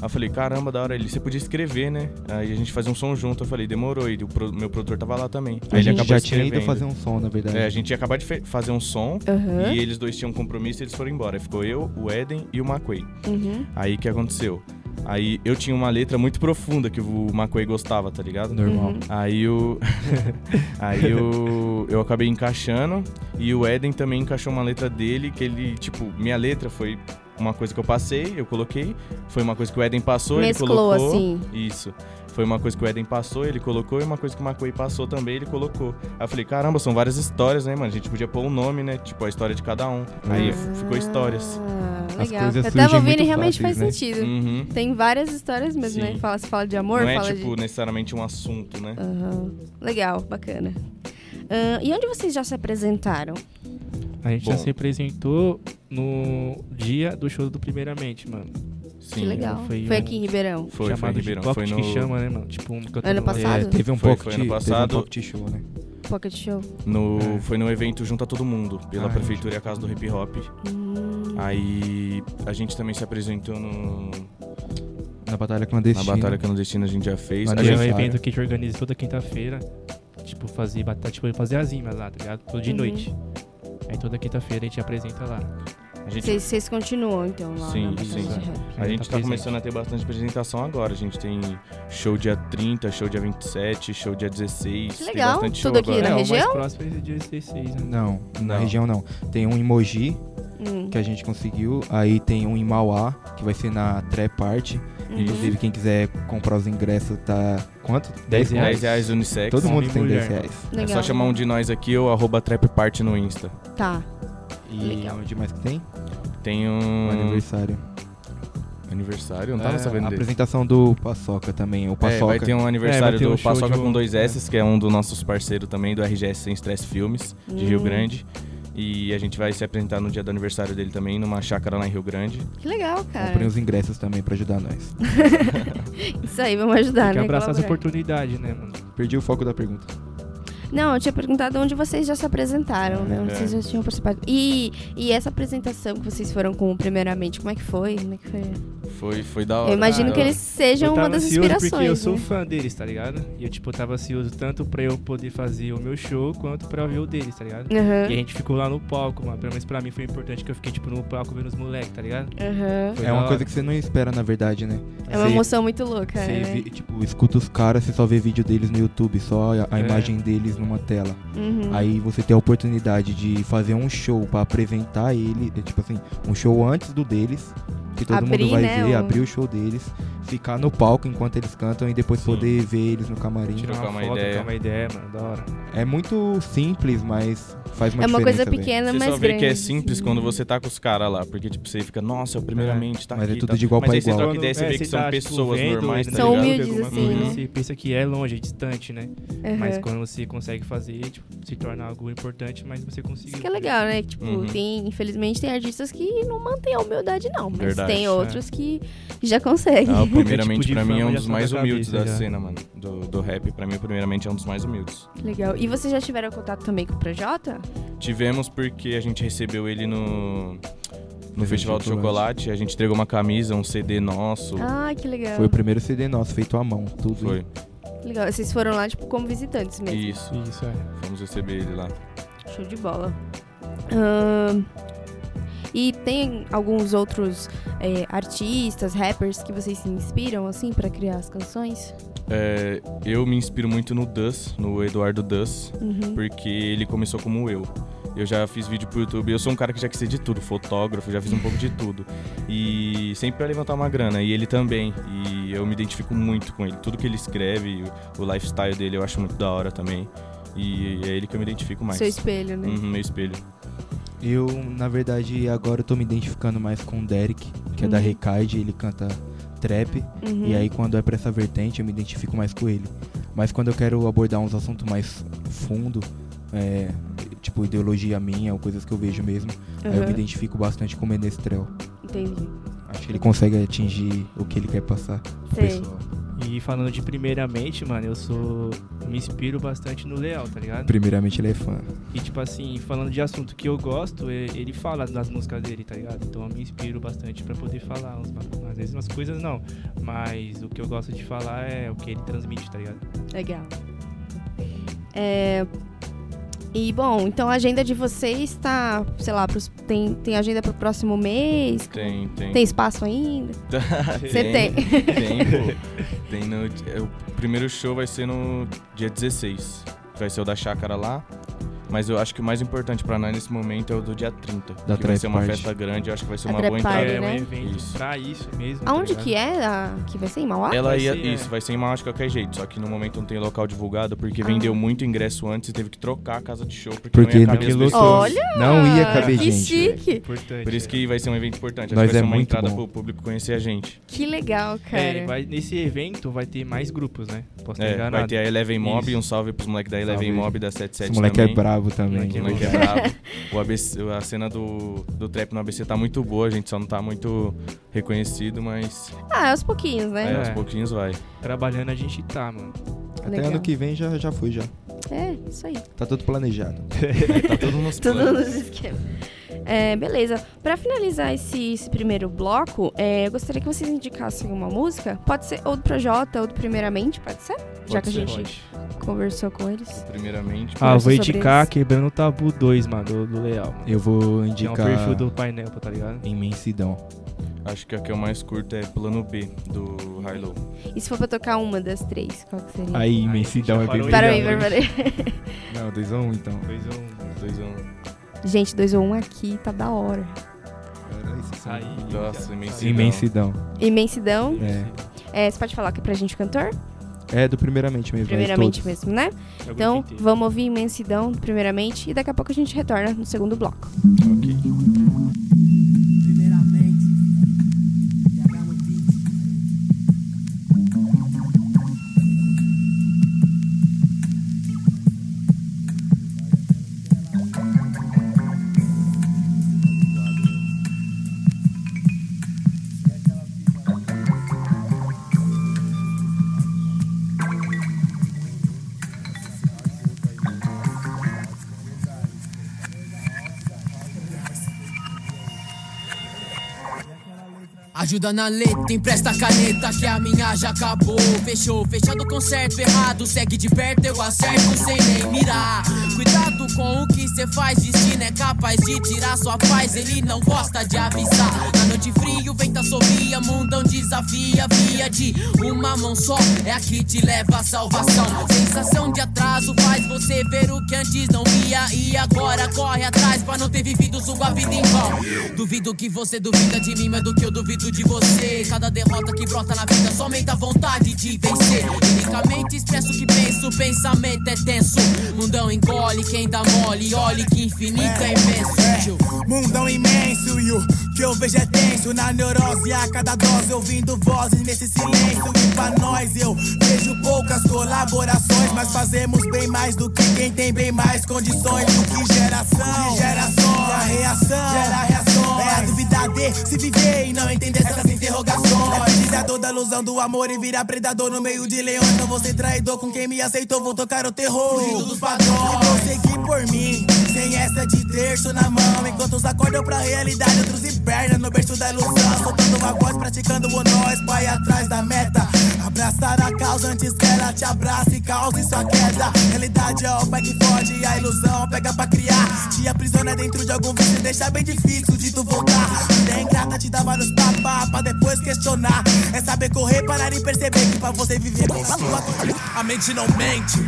[SPEAKER 3] Aí eu falei, caramba, da hora, ele, você podia escrever, né? Aí a gente fazia um som junto. Eu falei, demorou, e o pro- meu produtor tava lá também. Aí
[SPEAKER 4] A
[SPEAKER 3] ele
[SPEAKER 4] gente
[SPEAKER 3] acabou
[SPEAKER 4] já tinha ido
[SPEAKER 3] escrevendo.
[SPEAKER 4] fazer um som, na verdade.
[SPEAKER 3] É, a gente ia acabar de fe- fazer um som,
[SPEAKER 2] Aham.
[SPEAKER 3] e eles dois tinham um compromisso e eles foram embora. Ficou eu, o Eden e o McQuay.
[SPEAKER 2] Uhum.
[SPEAKER 3] Aí o que aconteceu? Aí eu tinha uma letra muito profunda que o McQuay gostava, tá ligado?
[SPEAKER 4] Normal.
[SPEAKER 3] Aí o. [laughs] aí eu, eu acabei encaixando. E o Eden também encaixou uma letra dele, que ele, tipo, minha letra foi uma coisa que eu passei, eu coloquei. Foi uma coisa que o Eden passou, ele
[SPEAKER 2] Mesclou,
[SPEAKER 3] colocou.
[SPEAKER 2] assim.
[SPEAKER 3] Isso. Foi uma coisa que o Eden passou, ele colocou, e uma coisa que o McQuay passou também, ele colocou. Aí eu falei, caramba, são várias histórias, né, mano? A gente podia pôr o nome, né? Tipo, a história de cada um. Aí
[SPEAKER 2] Uhum.
[SPEAKER 3] f- ficou histórias.
[SPEAKER 2] Ah,
[SPEAKER 4] As
[SPEAKER 2] legal.
[SPEAKER 4] coisas
[SPEAKER 2] Eu tava
[SPEAKER 4] surgem
[SPEAKER 2] ouvindo e
[SPEAKER 4] muito
[SPEAKER 2] realmente faz
[SPEAKER 4] fáceis, né?
[SPEAKER 2] sentido.
[SPEAKER 3] Uhum.
[SPEAKER 2] Tem várias histórias mesmo,
[SPEAKER 3] Sim.
[SPEAKER 2] né? Fala, se fala de amor,
[SPEAKER 3] Não é,
[SPEAKER 2] fala de... Ah,
[SPEAKER 3] tipo, necessariamente um assunto, né?
[SPEAKER 2] Aham. Legal, bacana. Ahn, e onde vocês já se apresentaram?
[SPEAKER 5] A gente já
[SPEAKER 3] Bom.
[SPEAKER 5] se apresentou no dia do show do Primeiramente, mano.
[SPEAKER 3] Sim.
[SPEAKER 2] que legal. Foi,
[SPEAKER 5] foi um-
[SPEAKER 2] aqui em Ribeirão.
[SPEAKER 3] Foi, foi em
[SPEAKER 5] Chamado de
[SPEAKER 3] Ribeirão.
[SPEAKER 5] Pocket
[SPEAKER 3] foi no...
[SPEAKER 5] que chama, né, mano? Tipo, um cantando-
[SPEAKER 2] Ano passado?
[SPEAKER 4] Teve um
[SPEAKER 3] Foi-
[SPEAKER 4] pocket,
[SPEAKER 3] foi ano
[SPEAKER 4] teve um
[SPEAKER 3] passado.
[SPEAKER 4] pocket show, né?
[SPEAKER 2] Pocket Show.
[SPEAKER 3] No,
[SPEAKER 5] É.
[SPEAKER 3] Foi no evento junto a todo mundo, pela
[SPEAKER 5] Ah,
[SPEAKER 3] prefeitura e a casa do hip hop.
[SPEAKER 2] Hum,
[SPEAKER 3] Aí a gente também se apresentou no,
[SPEAKER 4] Na Batalha
[SPEAKER 3] na
[SPEAKER 4] Clandestina.
[SPEAKER 3] Batalha Clandestina, a gente já fez.
[SPEAKER 4] Mas
[SPEAKER 3] A
[SPEAKER 5] Que é um
[SPEAKER 3] gente,
[SPEAKER 4] Aniversário.
[SPEAKER 5] evento que a gente organiza toda quinta-feira. Tipo, fazer batata, tipo, fazer as rimas lá, tá ligado? Todo de
[SPEAKER 2] Uhum.
[SPEAKER 5] noite. Aí toda quinta-feira a gente apresenta lá.
[SPEAKER 3] a gente,
[SPEAKER 2] Vocês vocês continuam, então, lá
[SPEAKER 3] Sim,
[SPEAKER 2] na Batalha
[SPEAKER 3] sim.
[SPEAKER 2] de Rap.
[SPEAKER 3] a gente tá
[SPEAKER 5] presente.
[SPEAKER 3] começando a ter bastante apresentação agora. A gente tem show dia 30, show dia 27, show dia 16.
[SPEAKER 2] Que
[SPEAKER 3] tem
[SPEAKER 2] legal,
[SPEAKER 3] bastante show
[SPEAKER 2] tudo aqui,
[SPEAKER 5] é,
[SPEAKER 3] agora.
[SPEAKER 2] né?
[SPEAKER 5] o mais
[SPEAKER 2] região? Ah,
[SPEAKER 5] próximo é esse dia 16, né?
[SPEAKER 4] Não, na
[SPEAKER 3] Não.
[SPEAKER 4] região não. Tem um em Mogi,
[SPEAKER 2] Hum,
[SPEAKER 4] que a gente conseguiu. Aí tem um em Mauá, que vai ser na Treparte.
[SPEAKER 2] uhum.
[SPEAKER 4] Inclusive, quem quiser comprar os ingressos, tá... Quanto? 10 reais?
[SPEAKER 5] reais.
[SPEAKER 3] 10 reais unissex.
[SPEAKER 4] Todo
[SPEAKER 5] Homem
[SPEAKER 4] mundo
[SPEAKER 5] e
[SPEAKER 4] tem 10
[SPEAKER 5] mulher.
[SPEAKER 4] reais.
[SPEAKER 3] É
[SPEAKER 2] legal.
[SPEAKER 3] só chamar um de nós aqui ou arroba trapparty no Insta.
[SPEAKER 2] Tá.
[SPEAKER 4] E
[SPEAKER 2] Legal.
[SPEAKER 4] onde mais que tem?
[SPEAKER 3] Tem
[SPEAKER 4] O
[SPEAKER 3] um
[SPEAKER 4] aniversário.
[SPEAKER 3] aniversário, eu não tá tava
[SPEAKER 5] É,
[SPEAKER 3] sabendo
[SPEAKER 4] A
[SPEAKER 3] dele.
[SPEAKER 4] apresentação do Paçoca também. O
[SPEAKER 3] É,
[SPEAKER 4] Paçoca.
[SPEAKER 3] vai ter um aniversário
[SPEAKER 5] vai ter um
[SPEAKER 3] do
[SPEAKER 5] show
[SPEAKER 3] Paçoca
[SPEAKER 5] de um-
[SPEAKER 3] com dois S, que é um dos nossos parceiros também, do RGS Sem Stress Filmes, de Rio
[SPEAKER 2] Hum.
[SPEAKER 3] Grande. E a gente vai se apresentar no dia do aniversário dele também, numa chácara lá em Rio Grande.
[SPEAKER 2] Que legal,
[SPEAKER 4] Comprem
[SPEAKER 2] cara.
[SPEAKER 4] os ingressos também pra ajudar nós.
[SPEAKER 2] Isso aí, vamos ajudar,
[SPEAKER 5] Tem que
[SPEAKER 2] né?
[SPEAKER 5] abraçar essa
[SPEAKER 2] colaborar.
[SPEAKER 5] oportunidade, né, mano?
[SPEAKER 4] Perdi o foco da pergunta.
[SPEAKER 2] Não, eu tinha perguntado onde vocês já se apresentaram, né? Onde
[SPEAKER 3] É.
[SPEAKER 2] vocês já tinham participado. E, e essa apresentação que vocês foram com primeiramente, como é que foi? Como é que foi?
[SPEAKER 3] Foi, foi da hora.
[SPEAKER 2] Eu imagino
[SPEAKER 3] da
[SPEAKER 2] que
[SPEAKER 3] hora.
[SPEAKER 2] eles sejam
[SPEAKER 5] eu
[SPEAKER 2] é uma
[SPEAKER 5] tava
[SPEAKER 2] das
[SPEAKER 5] ansioso porque eu
[SPEAKER 2] inspirações.
[SPEAKER 5] sou
[SPEAKER 2] né?
[SPEAKER 5] fã deles, tá ligado? E eu, tipo, tava ansioso tanto pra eu poder fazer o meu show, quanto pra ver o deles, tá ligado?
[SPEAKER 2] Aham,
[SPEAKER 5] E a gente ficou lá no palco, mano. Pelo menos pra mim foi importante que eu fiquei, tipo, no palco vendo os moleques, tá
[SPEAKER 2] Uhum.
[SPEAKER 5] ligado?
[SPEAKER 2] aham.
[SPEAKER 5] Foi
[SPEAKER 4] é
[SPEAKER 5] da
[SPEAKER 4] uma
[SPEAKER 5] hora.
[SPEAKER 4] coisa que você não espera, na verdade, né?
[SPEAKER 2] É uma
[SPEAKER 4] Você-
[SPEAKER 2] emoção muito louca.
[SPEAKER 4] Você
[SPEAKER 2] né?
[SPEAKER 4] vi- tipo, escuta os caras, você só vê vídeo deles no YouTube, só a, a
[SPEAKER 5] É.
[SPEAKER 4] imagem deles numa tela.
[SPEAKER 2] Uhum.
[SPEAKER 4] Aí você tem a oportunidade de fazer um show pra apresentar ele, é, tipo assim, um show antes do deles, que todo
[SPEAKER 2] Abrir,
[SPEAKER 4] mundo vai
[SPEAKER 2] né,
[SPEAKER 4] ver,
[SPEAKER 2] o-
[SPEAKER 4] abrir o show deles, ficar no palco enquanto eles cantam e depois
[SPEAKER 3] Sim.
[SPEAKER 4] poder ver eles no camarim.
[SPEAKER 5] Tirar
[SPEAKER 3] Trocar
[SPEAKER 5] uma,
[SPEAKER 3] uma
[SPEAKER 5] foto,
[SPEAKER 3] ideia.
[SPEAKER 5] trocar uma ideia, mano. Da hora.
[SPEAKER 4] É muito simples, mas faz uma
[SPEAKER 2] é uma
[SPEAKER 4] diferença,
[SPEAKER 2] coisa
[SPEAKER 4] velho.
[SPEAKER 2] pequena,
[SPEAKER 3] Você
[SPEAKER 2] mas
[SPEAKER 3] só vê
[SPEAKER 2] grande.
[SPEAKER 3] que é simples quando você tá com os caras lá, porque tipo, você fica, nossa, eu primeiramente, tá
[SPEAKER 4] mas é
[SPEAKER 3] aqui,
[SPEAKER 4] tudo
[SPEAKER 3] tá.
[SPEAKER 4] de igual
[SPEAKER 3] mas
[SPEAKER 4] pra
[SPEAKER 3] aí
[SPEAKER 4] igual.
[SPEAKER 3] você troca
[SPEAKER 5] Quando-
[SPEAKER 3] ideia, você
[SPEAKER 5] é,
[SPEAKER 3] vê que
[SPEAKER 5] você
[SPEAKER 3] são
[SPEAKER 5] tá, tipo,
[SPEAKER 3] pessoas
[SPEAKER 5] vendo,
[SPEAKER 3] normais,
[SPEAKER 5] né,
[SPEAKER 3] tá
[SPEAKER 2] São
[SPEAKER 3] ligado?
[SPEAKER 2] humildes,
[SPEAKER 5] Alguma
[SPEAKER 2] assim,
[SPEAKER 5] coisa,
[SPEAKER 2] né?
[SPEAKER 5] Você pensa que é longe, é distante, né?
[SPEAKER 2] Aham.
[SPEAKER 5] Mas quando você consegue fazer, tipo, se torna algo importante, mas você conseguiu. tá
[SPEAKER 2] Isso que é legal, né? Tipo,
[SPEAKER 3] Uhum.
[SPEAKER 2] tem, infelizmente tem artistas que não mantêm a humildade, não. Mas
[SPEAKER 3] Verdade,
[SPEAKER 2] tem
[SPEAKER 5] é.
[SPEAKER 2] outros que já conseguem.
[SPEAKER 3] Ah, o primeiramente,
[SPEAKER 5] Tipo, de
[SPEAKER 3] pra mim, é
[SPEAKER 5] fama
[SPEAKER 3] um
[SPEAKER 5] já
[SPEAKER 3] dos
[SPEAKER 5] tá
[SPEAKER 3] mais
[SPEAKER 5] na
[SPEAKER 3] humildes
[SPEAKER 5] cabeça,
[SPEAKER 3] da
[SPEAKER 5] já.
[SPEAKER 3] cena, mano. Do, do rap, pra mim, primeiramente, é um dos mais humildes.
[SPEAKER 2] Legal. E vocês já tiveram contato também com o Projota?
[SPEAKER 3] Tivemos porque a gente recebeu ele no, no
[SPEAKER 4] de
[SPEAKER 3] Festival do
[SPEAKER 4] Chocolate.
[SPEAKER 3] Chocolate. A gente entregou uma camisa, um CD nosso.
[SPEAKER 2] Ah, que legal.
[SPEAKER 4] Foi o primeiro CD nosso, feito à mão, tudo.
[SPEAKER 3] Foi,
[SPEAKER 2] Legal. Vocês foram lá, tipo, como visitantes mesmo.
[SPEAKER 3] isso.
[SPEAKER 5] Isso, é.
[SPEAKER 3] Vamos receber ele lá.
[SPEAKER 2] Show de bola. Ahn, e tem alguns outros é, artistas, rappers que vocês se inspiram, assim, pra criar as canções?
[SPEAKER 3] É, eu me inspiro muito no Dus, no Eduardo Dus,
[SPEAKER 2] Uhum.
[SPEAKER 3] porque ele começou como eu. Eu já fiz vídeo pro YouTube. Eu sou um cara que já quis ser de tudo, fotógrafo, já fiz um pouco de tudo. E sempre pra levantar uma grana. E ele também. E eu me identifico muito com ele. Tudo que ele escreve, o, o lifestyle dele eu acho muito da hora também. E é ele que eu me identifico mais.
[SPEAKER 2] Seu espelho, né?
[SPEAKER 3] Uhum, meu espelho.
[SPEAKER 4] Eu, na verdade, agora eu tô me identificando mais com o Derek, que é da
[SPEAKER 2] Uhum.
[SPEAKER 4] Recaide, ele canta trap.
[SPEAKER 2] Uhum.
[SPEAKER 4] E aí quando é pra essa vertente eu me identifico mais com ele. Mas quando eu quero abordar uns assuntos mais fundo, é, tipo ideologia minha ou coisas que eu vejo mesmo, aí eu
[SPEAKER 2] Aham,
[SPEAKER 4] me identifico bastante com o Menestrel.
[SPEAKER 2] Entendi.
[SPEAKER 4] Acho que ele consegue atingir o que ele quer passar pro
[SPEAKER 2] Sei.
[SPEAKER 4] pessoal.
[SPEAKER 5] E falando de primeiramente, mano, eu sou. Me inspiro bastante no Leal, tá ligado?
[SPEAKER 4] Primeiramente ele é fã.
[SPEAKER 5] E tipo assim, falando de assunto que eu gosto, e- ele fala nas músicas dele, tá ligado? Então eu me inspiro bastante pra poder falar. uns ba- Às vezes umas coisas não, mas o que eu gosto de falar é o que ele transmite, tá ligado?
[SPEAKER 2] Legal. É, E, bom, então a agenda de vocês tá, sei lá, pros- tem, tem agenda pro próximo mês?
[SPEAKER 3] Tem, tem. [laughs]
[SPEAKER 2] Tem espaço ainda? Você tem.
[SPEAKER 3] Tem, pô. Tem no, é, o primeiro show vai ser no dia 16. que Vai ser o da chácara lá. Mas eu acho que o mais importante pra nós nesse momento é o do dia 30.
[SPEAKER 4] Da
[SPEAKER 3] que vai
[SPEAKER 4] trap
[SPEAKER 3] ser uma
[SPEAKER 4] party.
[SPEAKER 3] festa grande, eu acho que vai ser
[SPEAKER 2] A
[SPEAKER 3] uma
[SPEAKER 2] trap
[SPEAKER 3] boa
[SPEAKER 2] party,
[SPEAKER 3] entrada.
[SPEAKER 5] é
[SPEAKER 2] né?
[SPEAKER 5] um evento
[SPEAKER 3] Isso.
[SPEAKER 5] pra isso mesmo. tá
[SPEAKER 2] Aonde que é? a- que vai ser em Mauá?
[SPEAKER 3] Ela
[SPEAKER 5] vai
[SPEAKER 3] ia.
[SPEAKER 5] ser, né?
[SPEAKER 3] isso, vai ser em Mauá de qualquer jeito. Só que no momento não tem local divulgado, porque
[SPEAKER 2] Ah.
[SPEAKER 3] vendeu muito ingresso antes e teve que trocar a casa de show, porque,
[SPEAKER 4] Porque
[SPEAKER 3] não ia caber
[SPEAKER 5] porque
[SPEAKER 3] as
[SPEAKER 5] lotou.
[SPEAKER 3] pessoas.
[SPEAKER 2] Olha!
[SPEAKER 4] Não ia caber
[SPEAKER 2] Ah, Que
[SPEAKER 4] gente. né?
[SPEAKER 2] chique!
[SPEAKER 5] Importante. é.
[SPEAKER 3] Por isso que vai ser um evento importante.
[SPEAKER 4] Nós
[SPEAKER 3] acho que vai
[SPEAKER 4] é
[SPEAKER 3] ser uma
[SPEAKER 4] muito
[SPEAKER 3] entrada
[SPEAKER 4] bom.
[SPEAKER 3] pro público conhecer a gente.
[SPEAKER 2] Que legal, cara.
[SPEAKER 5] É, vai- nesse evento vai ter mais grupos, né? Posso estar
[SPEAKER 3] É,
[SPEAKER 5] enganado.
[SPEAKER 3] vai ter a Eleven Mob,
[SPEAKER 5] Isso.
[SPEAKER 3] um salve pros moleques da
[SPEAKER 4] Salve.
[SPEAKER 3] Eleven Mob da 77
[SPEAKER 4] Esse moleque
[SPEAKER 3] também.
[SPEAKER 4] é brabo também.
[SPEAKER 5] Moleque
[SPEAKER 3] O moleque é brabo. O ABC, a cena do, do trap no ABC tá muito boa, a gente só não tá muito reconhecido, mas
[SPEAKER 2] Ah, aos pouquinhos,
[SPEAKER 3] é,
[SPEAKER 2] né?
[SPEAKER 3] aos
[SPEAKER 5] É.
[SPEAKER 3] pouquinhos vai.
[SPEAKER 5] Trabalhando a gente tá, mano.
[SPEAKER 4] Até
[SPEAKER 2] Legal.
[SPEAKER 4] ano que vem já, já foi, já.
[SPEAKER 2] É, isso aí.
[SPEAKER 4] Tá tudo planejado.
[SPEAKER 3] Tá todo
[SPEAKER 2] [laughs]
[SPEAKER 3] nos
[SPEAKER 2] Tudo
[SPEAKER 3] planos.
[SPEAKER 2] nos esquemas. É, beleza. Pra finalizar esse, esse primeiro bloco, é, eu gostaria que vocês indicassem uma música. Pode ser ou do Projota ou do Primeiramente, pode ser? Já
[SPEAKER 3] Pode
[SPEAKER 2] que a
[SPEAKER 3] ser,
[SPEAKER 2] gente
[SPEAKER 3] pode.
[SPEAKER 2] conversou com eles.
[SPEAKER 3] Primeiramente,
[SPEAKER 5] Ah, vou
[SPEAKER 2] sobre
[SPEAKER 5] indicar
[SPEAKER 2] isso.
[SPEAKER 5] Quebrando o Tabu 2, mano, do, do Leal. mano.
[SPEAKER 4] Eu vou
[SPEAKER 5] Que É um
[SPEAKER 4] indicar
[SPEAKER 5] perfil do painel, tá ligado?
[SPEAKER 4] Imensidão.
[SPEAKER 3] acho que a que eu mais curto é Plano B, do Harlow.
[SPEAKER 2] E se for pra tocar uma das três, qual que seria?
[SPEAKER 4] Aí,
[SPEAKER 5] já
[SPEAKER 4] Imensidão é bem
[SPEAKER 5] falou
[SPEAKER 2] Para
[SPEAKER 5] já,
[SPEAKER 2] aí,
[SPEAKER 5] mano.
[SPEAKER 2] para aí.
[SPEAKER 4] Não, 2 a 1 um, então.
[SPEAKER 5] Dois é um-
[SPEAKER 3] Dois um.
[SPEAKER 2] Gente, 2 ou 1 um aqui tá da hora.
[SPEAKER 5] Aí,
[SPEAKER 3] Nossa,
[SPEAKER 5] já-
[SPEAKER 3] imensidão.
[SPEAKER 4] Imensidão.
[SPEAKER 2] Imensidão.
[SPEAKER 4] É.
[SPEAKER 2] É, você pode falar aqui pra gente, cantor?
[SPEAKER 4] é do primeiramente mesmo. é
[SPEAKER 2] Primeiramente
[SPEAKER 4] todos.
[SPEAKER 2] mesmo, né?
[SPEAKER 5] É o
[SPEAKER 2] Então,
[SPEAKER 5] grupo inteiro.
[SPEAKER 2] vamos ouvir Imensidão, primeiramente, e daqui a pouco a gente retorna no segundo bloco.
[SPEAKER 3] Ok.
[SPEAKER 10] Primeiramente, pegar um beat. Ajuda na letra, empresta a caneta que a minha já acabou. Fechou, fechando o concerto errado. Segue de perto, eu acerto sem nem mirar. Cuidado com o que cê faz, destino é capaz de tirar sua paz. Ele não gosta de avisar. Na noite frio, venta sorria, mundão desafia. Via de uma mão só é a que te leva à salvação. Sensação de atraso faz você ver o que antes não via. E agora corre atrás pra não ter vivido sua vida em vão. Duvido que você duvida de mim, mas do que eu duvido de você. Cada derrota que brota na vida só aumenta a vontade de vencer. Unicamente expresso o que penso, o pensamento é tenso. Mundão engole quem dá mole, olhe que infinito é imenso. tio.
[SPEAKER 11] Mundão imenso e o que eu vejo é tenso Na neurose a cada dose ouvindo vozes nesse silêncio E pra nós eu vejo poucas colaborações Mas fazemos bem mais do que quem tem bem mais condições Do que geração, de gerações E a reação, gera reações É a duvidar de se viver e não entender essas interrogações É pesquisador da ilusão do amor e virar predador no meio de leões Não vou ser traidor com quem me aceitou, vou tocar o terror Fugindo dos padrões E vou seguir por mim, sem essa de terço na mão Enquanto uns acordam pra realidade, outros hibernam no berço da ilusão Soltando uma voz, praticando o nós, vai atrás da meta Abraçar a causa antes que ela te abrace e cause sua queda Realidade é o pai que foge, a ilusão pega pra criar Te aprisiona dentro de algum vício, e deixa bem difícil de tu voltar Vida é ingrata, te dá vários papas pra depois questionar É saber correr, parar e perceber que pra você viver... A mente não mente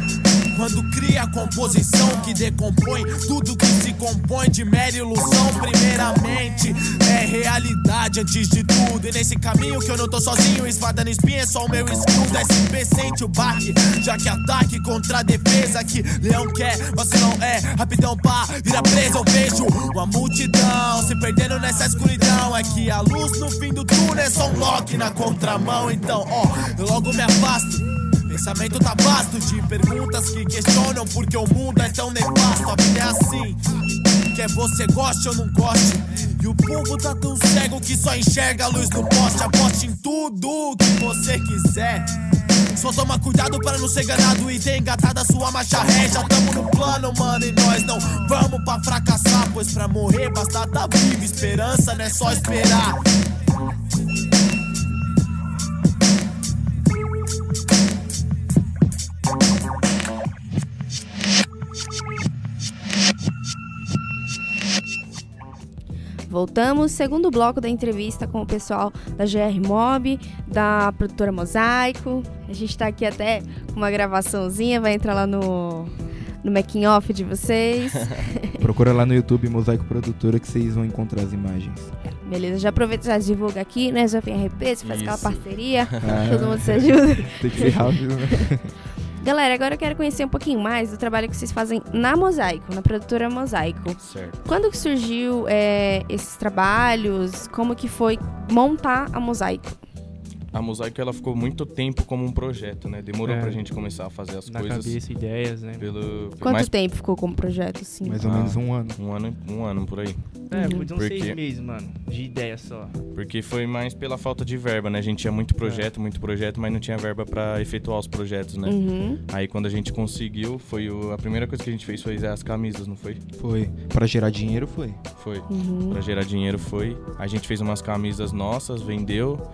[SPEAKER 12] Quando cria a composição que decompõe tudo que se compõe de mera ilusão, primeiramente é realidade antes de tudo. E nesse caminho que eu não tô sozinho, espada no espinho é só o meu escudo. SP sente o baque, já que ataque contra a defesa que leão quer, você não é. Rapidão pá, vira presa, eu vejo uma multidão se perdendo nessa escuridão. É que a luz no fim do túnel é só um lock na contramão. Então, ó, eu logo me afasto. Pensamento tá vasto de perguntas que questionam porque o mundo é tão nefasto. A vida é assim, quer você goste ou não goste. E o povo tá tão cego que só enxerga a luz no poste. Aposte em tudo que você quiser. Só toma cuidado pra não ser ganado e ter engatado a sua marcha ré. Já tamo no plano, mano, e nós não vamos pra fracassar. Pois pra morrer basta tá vivo. Esperança não é só esperar.
[SPEAKER 2] Voltamos, segundo bloco da entrevista com o pessoal da GR Mob, da produtora Mosaico. A gente tá aqui até com uma gravaçãozinha, vai entrar lá no, no making off de vocês.
[SPEAKER 4] Procura lá no YouTube Mosaico Produtora que vocês vão encontrar as
[SPEAKER 2] [laughs]
[SPEAKER 4] imagens.
[SPEAKER 2] Beleza, já aproveita, já divulga aqui, né? Já vem RP, você faz aquela
[SPEAKER 3] Isso.
[SPEAKER 2] parceria, [laughs]
[SPEAKER 4] Ah.
[SPEAKER 2] todo mundo se ajuda.
[SPEAKER 4] Tem que ser rápido, né?
[SPEAKER 2] [laughs] Galera, agora eu quero conhecer um pouquinho mais do trabalho que vocês fazem na Mosaico, na produtora Mosaico.
[SPEAKER 3] Certo.
[SPEAKER 2] Quando que surgiu é, esses trabalhos? Como que foi montar a Mosaico?
[SPEAKER 3] A Mosaico ela ficou muito tempo como um projeto, né? Demorou
[SPEAKER 5] É.
[SPEAKER 3] pra gente começar a fazer as
[SPEAKER 5] Na
[SPEAKER 3] coisas
[SPEAKER 5] cabeça, ideias, né?
[SPEAKER 3] pelo
[SPEAKER 2] Quanto
[SPEAKER 3] mais
[SPEAKER 2] tempo ficou como projeto, assim?
[SPEAKER 4] Mais ou
[SPEAKER 3] Ah.
[SPEAKER 4] menos um ano.
[SPEAKER 3] um ano, um ano por aí.
[SPEAKER 5] É, foi de uns
[SPEAKER 3] Por quê?
[SPEAKER 5] seis meses, mano, de ideia só.
[SPEAKER 3] Porque foi mais pela falta de verba, né? A gente tinha muito projeto, muito projeto, mas não tinha verba pra efetuar os projetos, né?
[SPEAKER 2] Uhum.
[SPEAKER 3] Aí quando a gente conseguiu, foi o- a primeira coisa que a gente fez foi as camisas, não foi?
[SPEAKER 4] Foi. Pra gerar dinheiro, foi.
[SPEAKER 3] Foi.
[SPEAKER 2] Uhum.
[SPEAKER 3] Pra gerar dinheiro foi. A gente fez umas camisas nossas, vendeu.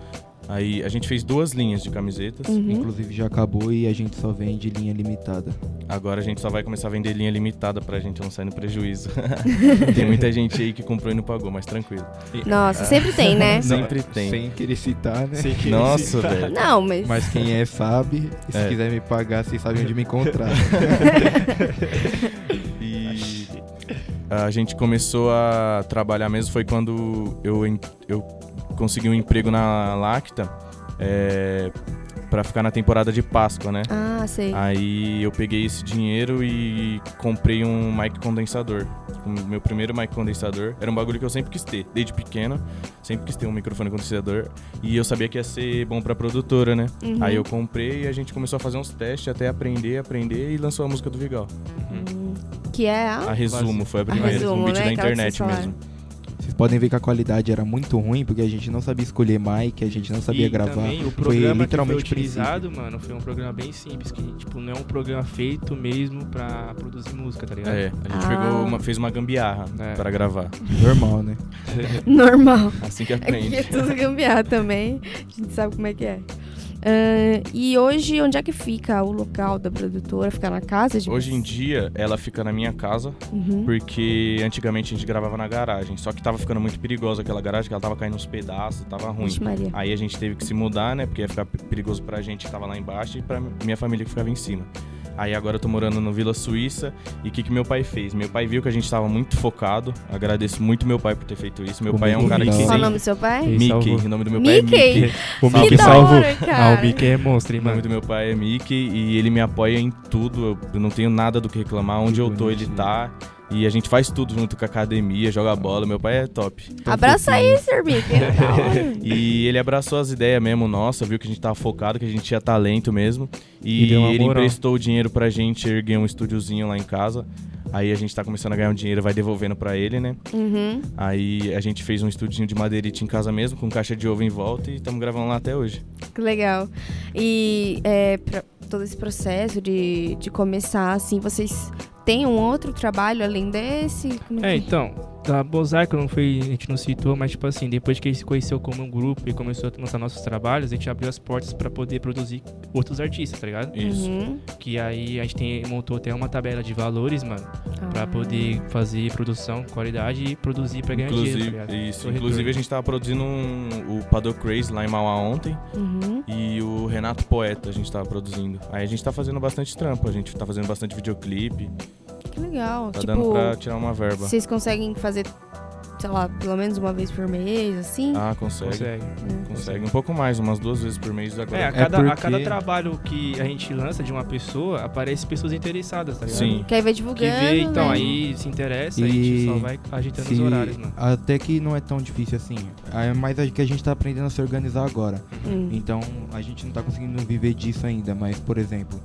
[SPEAKER 3] Aí a gente fez duas linhas de camisetas.
[SPEAKER 2] Uhum.
[SPEAKER 4] Inclusive já acabou e a gente só vende linha limitada.
[SPEAKER 3] Agora a gente só vai começar a vender linha limitada pra gente não sair no prejuízo.
[SPEAKER 2] [laughs]
[SPEAKER 3] Tem muita gente aí que comprou e não pagou, mas tranquilo.
[SPEAKER 2] Nossa, sempre tem, né?
[SPEAKER 4] [laughs]
[SPEAKER 3] Sempre tem.
[SPEAKER 4] Sem querer citar, né?
[SPEAKER 2] [laughs]
[SPEAKER 3] Nossa, velho.
[SPEAKER 2] Não, mas.
[SPEAKER 4] Mas quem é sabe, e se
[SPEAKER 3] É.
[SPEAKER 4] quiser me pagar, vocês sabem onde me encontrar.
[SPEAKER 3] E a gente começou a trabalhar mesmo foi quando eu, en- eu consegui um emprego na Lacta é, para ficar na temporada de Páscoa, né?
[SPEAKER 2] Ah, sei.
[SPEAKER 3] Aí eu peguei esse dinheiro e comprei um mic condensador. O meu primeiro mic condensador era um bagulho que eu sempre quis ter, desde pequeno. Sempre quis ter um microfone condensador. E eu sabia que ia ser bom pra produtora, né?
[SPEAKER 2] Uhum.
[SPEAKER 3] Aí eu comprei e a gente começou a fazer uns testes até aprender, aprender e lançou a música do Vigal.
[SPEAKER 2] Que é a.
[SPEAKER 3] A resumo, foi a primeira,
[SPEAKER 2] Resumo,
[SPEAKER 3] um beat
[SPEAKER 2] né?
[SPEAKER 3] da
[SPEAKER 2] Aquela que vocês
[SPEAKER 3] internet
[SPEAKER 2] falaram.
[SPEAKER 3] mesmo.
[SPEAKER 4] Vocês podem ver que a qualidade era muito ruim, porque a gente não sabia escolher mic, a gente não sabia
[SPEAKER 5] e
[SPEAKER 4] gravar.
[SPEAKER 5] Também,
[SPEAKER 4] foi
[SPEAKER 5] o programa
[SPEAKER 4] literalmente
[SPEAKER 5] que foi utilizado, mano, foi um programa bem simples, que tipo, não é um programa feito mesmo pra produzir música, tá ligado?
[SPEAKER 3] É, a gente
[SPEAKER 2] Ah.
[SPEAKER 3] pegou uma- fez uma gambiarra
[SPEAKER 5] É.
[SPEAKER 3] pra gravar.
[SPEAKER 4] princípio. Normal, né?
[SPEAKER 2] [laughs] Normal.
[SPEAKER 3] Assim que
[SPEAKER 2] Aqui [laughs] é
[SPEAKER 3] aprende.
[SPEAKER 2] tudo gambiarra também. A gente sabe como é que é. Ah, e hoje, onde é que fica o local da produtora? Fica na casa de
[SPEAKER 3] Hoje em dia, ela fica na minha casa,
[SPEAKER 2] Uhum.
[SPEAKER 3] Porque antigamente a gente gravava na garagem, só que tava ficando muito perigosa aquela garagem, que ela tava caindo uns pedaços, tava ruim.
[SPEAKER 2] Vixe Maria.
[SPEAKER 3] Aí a gente teve que se mudar, né? Porque ia ficar perigoso pra gente que tava lá embaixo e pra minha família que ficava em cima. Aí agora eu tô morando no Vila Suíça e o que, que meu pai fez? Meu pai viu que a gente tava muito focado. Agradeço muito meu pai por ter feito isso. Meu
[SPEAKER 4] Ficou
[SPEAKER 3] pai é um
[SPEAKER 4] muito
[SPEAKER 3] cara que
[SPEAKER 4] legal.
[SPEAKER 2] Qual o
[SPEAKER 4] Sim.
[SPEAKER 2] nome
[SPEAKER 3] sempre...
[SPEAKER 2] do seu pai?
[SPEAKER 5] Ele
[SPEAKER 3] Mickey,
[SPEAKER 5] salvou.
[SPEAKER 3] o nome do meu pai é
[SPEAKER 2] Mickey?
[SPEAKER 3] Mickey.
[SPEAKER 5] O
[SPEAKER 2] Que
[SPEAKER 5] Mickey
[SPEAKER 2] da
[SPEAKER 5] salvou.
[SPEAKER 2] hora,
[SPEAKER 5] Ah,
[SPEAKER 2] cara.
[SPEAKER 5] o Mickey é monstro, hein,
[SPEAKER 3] O nome
[SPEAKER 5] mano.
[SPEAKER 3] do meu pai é Mickey e ele me apoia em tudo. Eu não tenho nada do que reclamar. Onde eu tô, ele
[SPEAKER 4] bonitinho.
[SPEAKER 3] tá. E a gente faz tudo junto com a academia, joga bola. Meu pai é top.
[SPEAKER 2] Abraça aí, Sr. Mickey. É da hora.
[SPEAKER 3] E ele abraçou as ideias mesmo, nossa, viu que a gente tava focado, que a gente tinha talento mesmo.
[SPEAKER 5] E
[SPEAKER 3] E
[SPEAKER 5] deu uma
[SPEAKER 3] ele
[SPEAKER 5] moral.
[SPEAKER 3] emprestou o dinheiro pra gente erguer um estúdiozinho lá em casa. Aí a gente tá começando a ganhar um dinheiro, vai devolvendo pra ele, né?
[SPEAKER 2] Uhum.
[SPEAKER 3] Aí a gente fez um estúdiozinho de madeirite em casa mesmo, com caixa de ovo em volta e estamos gravando lá até hoje.
[SPEAKER 2] Que legal. E é, pra todo esse processo de, de começar, assim, vocês têm um outro trabalho além desse? Como
[SPEAKER 5] É,
[SPEAKER 2] que-
[SPEAKER 5] então, da Mosaico não foi, a gente não citou, mas tipo assim, depois que a gente se conheceu como um grupo e começou a lançar nossos trabalhos, a gente abriu as portas pra poder produzir outros artistas, tá ligado?
[SPEAKER 3] Isso.
[SPEAKER 2] Uhum.
[SPEAKER 5] Que aí a gente tem- montou até uma tabela de valores, mano, pra
[SPEAKER 2] Ah.
[SPEAKER 5] poder fazer produção, qualidade e produzir pra ganhar dinheiro,
[SPEAKER 3] Inclusive,
[SPEAKER 5] tá ligado?
[SPEAKER 3] isso.
[SPEAKER 5] Corretor.
[SPEAKER 3] Inclusive a gente tava produzindo um- o Paddock Craze lá em Mauá ontem
[SPEAKER 2] Uhum.
[SPEAKER 3] e o Renato Poeta a gente tava produzindo. Aí a gente tá fazendo bastante trampo, a gente tá fazendo bastante videoclipe,
[SPEAKER 2] Que legal.
[SPEAKER 3] tá dando
[SPEAKER 2] tipo,
[SPEAKER 3] pra tirar uma verba.
[SPEAKER 2] vocês conseguem fazer, sei lá, pelo menos uma vez por mês, assim?
[SPEAKER 3] Ah, consegue, consegue.
[SPEAKER 5] Consegue.
[SPEAKER 3] Um pouco mais, umas duas vezes por mês agora.
[SPEAKER 5] É, a cada, a
[SPEAKER 4] porque-
[SPEAKER 5] cada trabalho que a gente lança de uma pessoa, aparece pessoas interessadas, tá ligado?
[SPEAKER 3] Sim.
[SPEAKER 2] Que aí vai
[SPEAKER 5] Que
[SPEAKER 2] divulgando,
[SPEAKER 5] vê, então,
[SPEAKER 2] né?
[SPEAKER 5] aí se interessa, a
[SPEAKER 4] E
[SPEAKER 5] gente só vai ajeitando os
[SPEAKER 4] Se-
[SPEAKER 5] horários, né? mano.
[SPEAKER 4] Até que não é tão difícil assim. É mais a- que a gente tá aprendendo a se organizar agora.
[SPEAKER 2] Hum.
[SPEAKER 4] Então a gente não tá conseguindo viver disso ainda, mas por exemplo,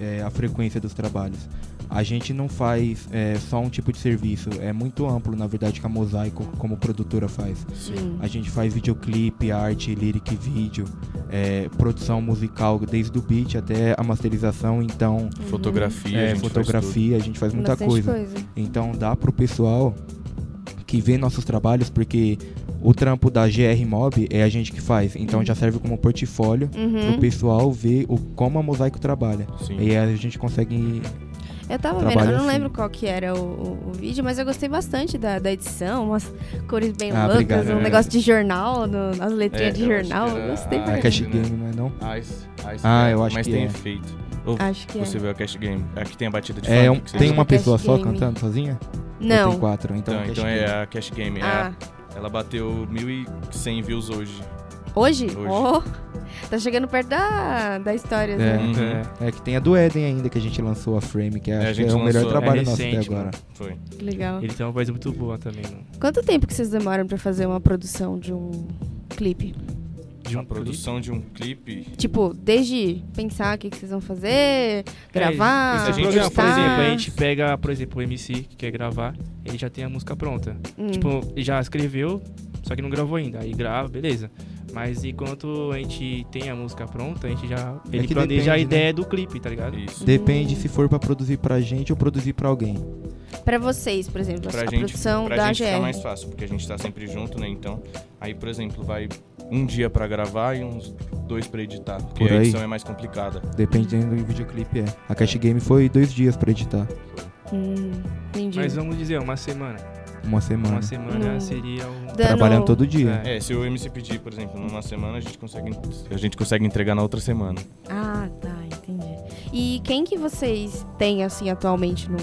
[SPEAKER 4] é, a frequência dos trabalhos. A gente não faz é, só um tipo de serviço, é muito amplo na verdade que a Mosaico como produtora faz.
[SPEAKER 2] Hum.
[SPEAKER 4] A gente faz videoclipe, arte, lyric, vídeo, é, produção musical, desde o beat até a masterização, então
[SPEAKER 3] Uhum. Fotografia, a
[SPEAKER 4] é,
[SPEAKER 3] gente faz tudo.
[SPEAKER 4] fotografia, a gente faz muita
[SPEAKER 2] Bastante
[SPEAKER 4] coisa. Então dá pro pessoal que vê nossos trabalhos, porque o trampo da GR Mob é a gente que faz. Então já serve como portfólio
[SPEAKER 2] Uhum.
[SPEAKER 4] pro pessoal ver o, como a Mosaico trabalha.
[SPEAKER 3] Sim.
[SPEAKER 4] E aí a gente consegue.
[SPEAKER 2] Eu tava vendo,
[SPEAKER 4] Trabalho
[SPEAKER 2] eu não
[SPEAKER 4] assim.
[SPEAKER 2] lembro qual que era o, o- o vídeo, mas eu gostei bastante da, da edição, umas cores bem
[SPEAKER 4] Ah,
[SPEAKER 2] loucas,
[SPEAKER 4] obrigado.
[SPEAKER 2] um
[SPEAKER 3] É.
[SPEAKER 2] negócio de jornal, no- nas letrinhas
[SPEAKER 3] É,
[SPEAKER 2] de
[SPEAKER 3] eu acho
[SPEAKER 2] jornal.
[SPEAKER 3] que era-
[SPEAKER 2] gostei
[SPEAKER 3] Ah,
[SPEAKER 4] A
[SPEAKER 2] pra
[SPEAKER 4] Cash
[SPEAKER 2] caralho.
[SPEAKER 3] que-
[SPEAKER 4] Game, não é não?
[SPEAKER 3] Ice, Ice
[SPEAKER 4] Ah,
[SPEAKER 3] é,
[SPEAKER 4] eu acho
[SPEAKER 3] Mas
[SPEAKER 4] que
[SPEAKER 3] tem
[SPEAKER 4] é.
[SPEAKER 3] efeito. Ou
[SPEAKER 2] Acho que é.
[SPEAKER 3] você vê o Cash Game. Aqui tem a batida de
[SPEAKER 4] É,
[SPEAKER 3] funk
[SPEAKER 4] um-
[SPEAKER 3] que você
[SPEAKER 4] tem
[SPEAKER 3] usa.
[SPEAKER 4] uma
[SPEAKER 2] Cash
[SPEAKER 4] pessoa só
[SPEAKER 2] Game.
[SPEAKER 4] cantando sozinha? Ou
[SPEAKER 2] Não.
[SPEAKER 4] Tem quatro, então.
[SPEAKER 3] Então,
[SPEAKER 4] Cash
[SPEAKER 3] então
[SPEAKER 4] Game.
[SPEAKER 3] é a Cash Game. é a-
[SPEAKER 2] Ah,
[SPEAKER 3] ela bateu 1.100 views hoje.
[SPEAKER 2] hoje?
[SPEAKER 3] Hoje.
[SPEAKER 2] Oh, tá chegando perto da, da história,
[SPEAKER 4] É.
[SPEAKER 2] né?
[SPEAKER 3] Uhum.
[SPEAKER 4] É que tem a do Eden ainda que a gente lançou a Frame, que é, acho
[SPEAKER 3] a
[SPEAKER 4] que
[SPEAKER 3] gente
[SPEAKER 4] é o melhor
[SPEAKER 3] lançou- né?
[SPEAKER 4] trabalho
[SPEAKER 5] é
[SPEAKER 4] nosso até
[SPEAKER 5] recente,
[SPEAKER 4] agora.
[SPEAKER 3] Foi.
[SPEAKER 2] Que legal.
[SPEAKER 5] Ele tem uma voz muito boa também, né? mano.
[SPEAKER 2] Quanto tempo que vocês demoram pra fazer uma produção de um clipe?
[SPEAKER 5] De
[SPEAKER 3] a
[SPEAKER 5] um
[SPEAKER 3] produção de um clipe.
[SPEAKER 2] Tipo, desde pensar o que, que vocês vão fazer, gravar,
[SPEAKER 3] esse
[SPEAKER 5] É, esse
[SPEAKER 3] programa,
[SPEAKER 5] programa, por
[SPEAKER 2] editar.
[SPEAKER 5] exemplo, a gente pega, por exemplo, o MC que quer gravar, ele já tem a música pronta.
[SPEAKER 2] Hum.
[SPEAKER 5] Tipo, ele já escreveu, só que não gravou ainda. Aí grava, beleza. Mas enquanto a gente tem a música pronta, a gente já.
[SPEAKER 3] É
[SPEAKER 5] Ele
[SPEAKER 4] que
[SPEAKER 5] planeja a
[SPEAKER 4] depende, né?
[SPEAKER 5] ideia do clipe, tá ligado?
[SPEAKER 3] Isso.
[SPEAKER 4] Depende se for pra produzir pra gente ou produzir pra alguém.
[SPEAKER 2] Pra vocês, por exemplo,
[SPEAKER 3] Pra
[SPEAKER 2] a
[SPEAKER 3] gente,
[SPEAKER 2] produção
[SPEAKER 3] pra
[SPEAKER 2] da
[SPEAKER 3] gente fica
[SPEAKER 2] GR.
[SPEAKER 3] mais fácil, porque a gente tá sempre junto, né? Então, aí, por exemplo, vai um dia pra gravar e uns dois pra editar. Porque
[SPEAKER 4] Por
[SPEAKER 3] a
[SPEAKER 4] aí.
[SPEAKER 3] edição é mais complicada.
[SPEAKER 4] Dependendo do videoclipe, é. A Cash Game foi dois dias pra editar.
[SPEAKER 2] Hum, entendi.
[SPEAKER 4] um
[SPEAKER 5] Mas vamos dizer, uma semana.
[SPEAKER 4] Uma semana.
[SPEAKER 5] Uma semana
[SPEAKER 2] Hum.
[SPEAKER 5] seria um.
[SPEAKER 2] Dando-
[SPEAKER 4] Trabalhando todo dia.
[SPEAKER 3] É, se o MC pedir, por exemplo, numa semana, a gente consegue, a gente consegue entregar na outra semana.
[SPEAKER 2] Ah, tá, entendi. E quem que vocês têm, assim, atualmente no,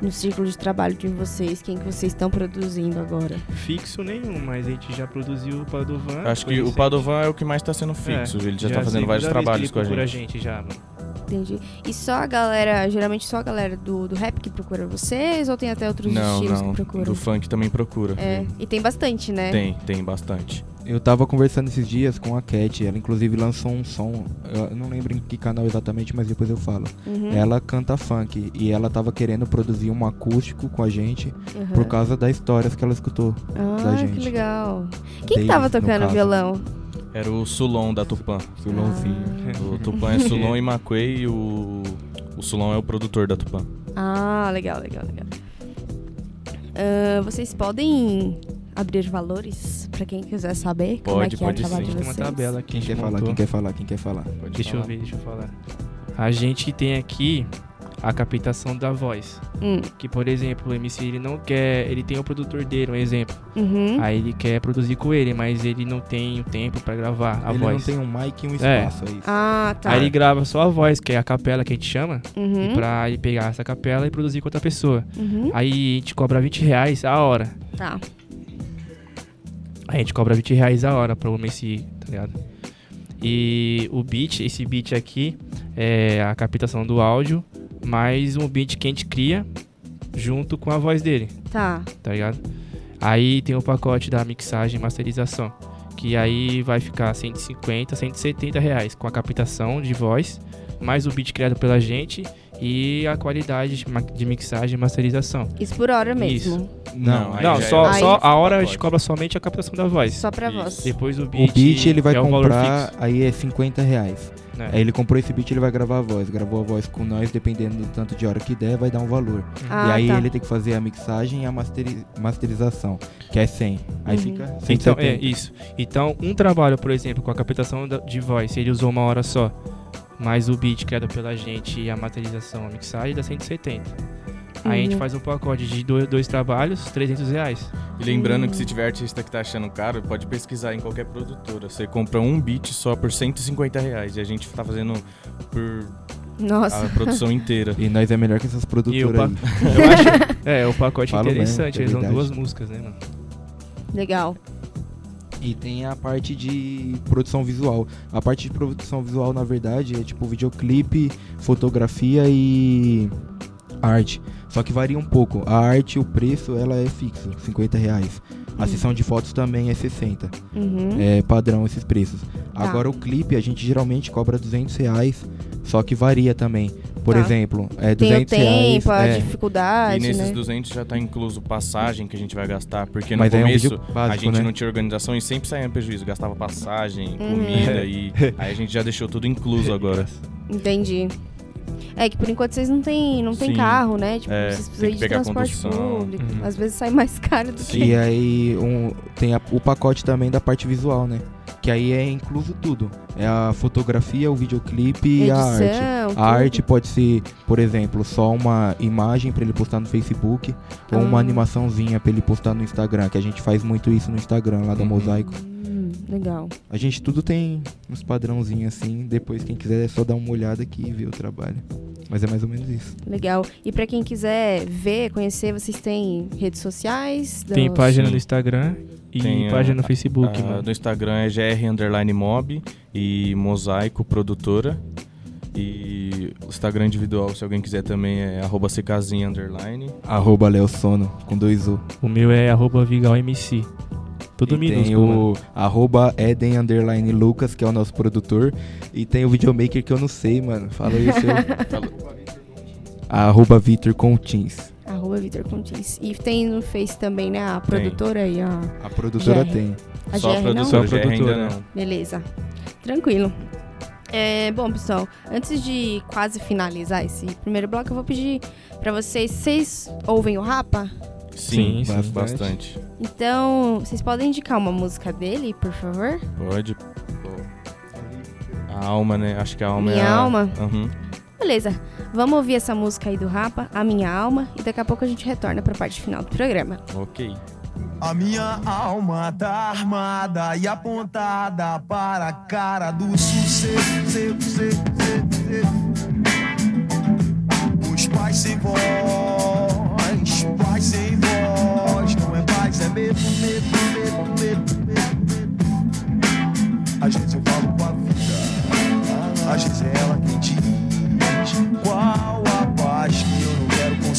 [SPEAKER 2] no círculo de trabalho de vocês? Quem que vocês estão produzindo agora?
[SPEAKER 5] Fixo nenhum, mas a gente já produziu o Padovan.
[SPEAKER 4] Ah,
[SPEAKER 5] assim. É.
[SPEAKER 3] Acho que
[SPEAKER 4] assim.
[SPEAKER 3] o Padovan é o que mais tá sendo fixo.
[SPEAKER 4] É,
[SPEAKER 3] ele já, tá fazendo vários trabalhos com a gente.
[SPEAKER 5] já, mano.
[SPEAKER 2] Entendi. E só a galera, geralmente só a galera do, do rap que procura vocês? Ou tem até outros
[SPEAKER 3] Não,
[SPEAKER 2] estilos
[SPEAKER 3] não.
[SPEAKER 2] que procuram?
[SPEAKER 3] Do funk também procura.
[SPEAKER 2] É, e tem bastante, né?
[SPEAKER 3] Tem, tem bastante.
[SPEAKER 4] Eu tava conversando esses dias com a Cat, ela inclusive lançou um som, eu não lembro em que canal exatamente, mas depois eu falo.
[SPEAKER 2] Uhum,
[SPEAKER 4] Ela canta funk e ela tava querendo produzir um acústico com a gente
[SPEAKER 2] uhum.
[SPEAKER 4] por causa das histórias que ela escutou. da
[SPEAKER 2] Ah, que
[SPEAKER 4] gente.
[SPEAKER 2] legal. Quem que
[SPEAKER 4] Deles,
[SPEAKER 2] tava
[SPEAKER 4] no
[SPEAKER 2] tocando
[SPEAKER 4] caso.
[SPEAKER 2] violão?
[SPEAKER 3] Era o Sulon da Tupã.
[SPEAKER 2] Ah.
[SPEAKER 4] Sulãozinho.
[SPEAKER 3] O
[SPEAKER 2] [laughs]
[SPEAKER 3] Tupã é Sulon e Makuei e o. O Sulon é o produtor da Tupã.
[SPEAKER 2] Ah, legal, legal, legal. Ah, vocês podem abrir valores pra quem quiser saber como é
[SPEAKER 3] Pode,
[SPEAKER 2] que é
[SPEAKER 3] pode
[SPEAKER 2] o trabalho
[SPEAKER 3] sim.
[SPEAKER 2] de
[SPEAKER 5] Tem uma
[SPEAKER 2] vocês?
[SPEAKER 5] tabela aqui.
[SPEAKER 4] Quem
[SPEAKER 5] que
[SPEAKER 4] quer
[SPEAKER 5] montou.
[SPEAKER 4] falar, quem quer falar, quem quer falar.
[SPEAKER 5] Deixa eu ver, deixa eu falar. A gente tem aqui a captação da voz.
[SPEAKER 2] Hum,
[SPEAKER 5] Que, por exemplo, o MC ele não quer. Ele tem o produtor dele, um exemplo.
[SPEAKER 2] uhum.
[SPEAKER 5] Aí ele quer produzir com ele, mas ele não tem o tempo pra gravar a
[SPEAKER 4] ele
[SPEAKER 5] voz.
[SPEAKER 4] não tem um mic e um
[SPEAKER 5] É.
[SPEAKER 4] espaço, é, isso.
[SPEAKER 2] Ah, tá.
[SPEAKER 5] Aí ele grava só a voz, que é a capela que a gente chama,
[SPEAKER 2] Uhum,
[SPEAKER 5] e pra ele pegar essa capela e produzir com outra pessoa.
[SPEAKER 2] uhum,
[SPEAKER 5] Aí a gente cobra 20 reais a hora.
[SPEAKER 2] Tá.
[SPEAKER 5] A gente cobra 20 reais a hora pro Messi, tá ligado? E o beat, esse beat aqui é a captação do áudio, mais um beat que a gente cria junto com a voz dele,
[SPEAKER 2] Tá.
[SPEAKER 5] tá ligado? Aí tem o pacote da mixagem e masterização, que aí vai ficar 150, 170 reais com a captação de voz, mais o beat criado pela gente e a qualidade de ma- de mixagem e masterização.
[SPEAKER 2] Isso por hora mesmo.
[SPEAKER 3] Não, aí
[SPEAKER 5] Não,
[SPEAKER 3] já
[SPEAKER 5] só,
[SPEAKER 3] é-
[SPEAKER 5] só
[SPEAKER 2] Aí-
[SPEAKER 5] a hora a
[SPEAKER 3] Pode.
[SPEAKER 5] gente cobra somente a captação da voz.
[SPEAKER 2] Só pra
[SPEAKER 3] Isso.
[SPEAKER 2] voz.
[SPEAKER 5] Depois o
[SPEAKER 4] O
[SPEAKER 5] beat,
[SPEAKER 4] beat ele vai
[SPEAKER 5] é um valor
[SPEAKER 4] comprar,
[SPEAKER 5] fixo.
[SPEAKER 4] aí é 50 reais.
[SPEAKER 5] né?
[SPEAKER 4] Aí ele comprou esse beat, ele vai gravar a voz. Gravou a voz com nós, dependendo do tanto de hora que der, vai dar um valor. e
[SPEAKER 2] Ah,
[SPEAKER 4] aí
[SPEAKER 2] tá.
[SPEAKER 4] ele tem que fazer a mixagem e a masteri- masterização, que é 100. Aí
[SPEAKER 2] Uhum.
[SPEAKER 4] fica 170.
[SPEAKER 5] Então, é isso. Então, um trabalho, por exemplo, com a captação da- de voz, ele usou uma hora só, mais o beat criado pela gente e a materialização, a mixagem dá 170. Aí a gente
[SPEAKER 2] Uhum.
[SPEAKER 5] faz um pacote de dois, dois trabalhos, 300 [laughs] reais.
[SPEAKER 3] E lembrando que se tiver artista que tá achando caro, pode pesquisar em qualquer produtora. Você compra um beat só por 150 reais e a gente tá fazendo por
[SPEAKER 2] Nossa.
[SPEAKER 3] a produção
[SPEAKER 2] [laughs]
[SPEAKER 3] inteira.
[SPEAKER 4] E nós é melhor que essas
[SPEAKER 5] E o
[SPEAKER 4] produtoras
[SPEAKER 5] pac-
[SPEAKER 4] aí.
[SPEAKER 5] Eu acho, é, o pacote
[SPEAKER 4] Falo mesmo,
[SPEAKER 5] interessante.
[SPEAKER 4] é
[SPEAKER 5] Eles dão
[SPEAKER 4] verdade.
[SPEAKER 5] duas músicas, né, mano?
[SPEAKER 2] Legal.
[SPEAKER 4] E tem a parte de produção visual. A parte de produção visual, na verdade, é tipo videoclipe, fotografia e arte. Só que varia um pouco. A arte, o preço, ela é fixo, 50 reais.
[SPEAKER 2] Hum.
[SPEAKER 4] A sessão de fotos também é 60.
[SPEAKER 2] Uhum.
[SPEAKER 4] É padrão esses
[SPEAKER 2] Tá.
[SPEAKER 4] preços. Agora o clipe, a gente geralmente cobra 200 reais, só que varia também. Por
[SPEAKER 2] Tá.
[SPEAKER 4] exemplo, é
[SPEAKER 2] Tem o
[SPEAKER 4] 200 reais.
[SPEAKER 2] tempo, a
[SPEAKER 4] é,
[SPEAKER 3] E
[SPEAKER 2] dificuldade,
[SPEAKER 3] nesses
[SPEAKER 2] né?
[SPEAKER 3] 200 já tá incluso passagem que a gente vai gastar, porque no
[SPEAKER 4] mas aí é um
[SPEAKER 3] começo
[SPEAKER 4] vídeo
[SPEAKER 3] a
[SPEAKER 4] básico,
[SPEAKER 3] gente
[SPEAKER 4] né?
[SPEAKER 3] não tinha organização e sempre saía prejuízo. Gastava passagem,
[SPEAKER 2] Uhum.
[SPEAKER 3] comida [laughs] e aí a gente já deixou tudo [laughs] incluso agora.
[SPEAKER 2] Entendi. É que por enquanto vocês não têm não tem
[SPEAKER 3] Sim.
[SPEAKER 2] carro, né? Tipo,
[SPEAKER 3] É,
[SPEAKER 2] vocês
[SPEAKER 3] tem
[SPEAKER 2] precisam
[SPEAKER 3] que
[SPEAKER 2] de
[SPEAKER 3] pegar
[SPEAKER 2] transporte
[SPEAKER 3] condução.
[SPEAKER 2] público.
[SPEAKER 5] Uhum.
[SPEAKER 2] Às vezes sai mais [laughs] caro do
[SPEAKER 3] Sim.
[SPEAKER 2] que.
[SPEAKER 4] E aí um, tem a- o pacote também da parte visual, né? Que aí é incluso tudo. É a fotografia, o videoclipe e a arte.
[SPEAKER 2] Edição, tudo.
[SPEAKER 4] A arte pode ser, por exemplo, só uma imagem pra ele postar no Facebook ou uma
[SPEAKER 2] Ah.
[SPEAKER 4] animaçãozinha pra ele postar no Instagram, que a gente faz muito isso no Instagram lá da
[SPEAKER 3] Uhum.
[SPEAKER 4] Mosaico.
[SPEAKER 2] Hum, legal.
[SPEAKER 4] A gente tudo tem uns padrãozinhos assim, depois quem quiser é só dar uma olhada aqui e ver o trabalho. Mas é mais ou menos isso.
[SPEAKER 2] Legal. E pra quem quiser ver, conhecer, vocês têm redes sociais?
[SPEAKER 5] Tem
[SPEAKER 2] Dos-
[SPEAKER 5] página
[SPEAKER 3] Sim.
[SPEAKER 5] no Instagram e
[SPEAKER 3] Tem
[SPEAKER 4] é.
[SPEAKER 3] a-
[SPEAKER 5] página no Facebook,
[SPEAKER 3] Ah,
[SPEAKER 5] mano.
[SPEAKER 3] No Instagram é GR Underline Mob e Mosaico Produtora. E o Instagram individual, se alguém quiser também, é arroba CKzinha Underline.
[SPEAKER 4] Arroba Leosono com dois U.
[SPEAKER 5] O meu é arroba VigalMC. Tudo
[SPEAKER 4] e tem
[SPEAKER 5] minúsculo. mano.
[SPEAKER 4] o arroba Eden underline Lucas, que é o nosso produtor. E tem o videomaker que eu não sei, mano. Fala aí
[SPEAKER 2] [laughs]
[SPEAKER 4] o seu. arroba Vitor Contins.
[SPEAKER 2] Arroba Vitor Contins. E tem no Face também, né? A produtora e a,
[SPEAKER 4] A produtora
[SPEAKER 2] GR.
[SPEAKER 4] tem.
[SPEAKER 2] a
[SPEAKER 3] Só
[SPEAKER 2] GR, não?
[SPEAKER 3] produtora,
[SPEAKER 5] Só
[SPEAKER 3] GR ainda
[SPEAKER 5] produtora.
[SPEAKER 3] não.
[SPEAKER 2] Beleza. Tranquilo. É, bom, pessoal, antes de quase finalizar esse primeiro bloco, eu vou pedir pra vocês. Vocês ouvem o Rapa?
[SPEAKER 3] Sim,
[SPEAKER 5] Sim, sim.
[SPEAKER 3] bastante.
[SPEAKER 2] Então, vocês podem indicar uma música dele, por favor?
[SPEAKER 3] Pode. Pô. A alma, né? Acho que a alma é
[SPEAKER 2] Minha
[SPEAKER 3] a...
[SPEAKER 2] Alma?
[SPEAKER 3] Uhum.
[SPEAKER 2] Beleza, vamos ouvir essa música aí do Rapa, A Minha Alma, e daqui a pouco a gente retorna pra parte final do programa.
[SPEAKER 3] Ok.
[SPEAKER 9] A minha alma tá armada e apontada para a cara do sucesso. Os pais sem voz, pais sem voz, não é paz, é medo, medo, medo, medo, medo. Às vezes eu falo com a vida, às vezes é ela quem diz qual a paz que eu não quero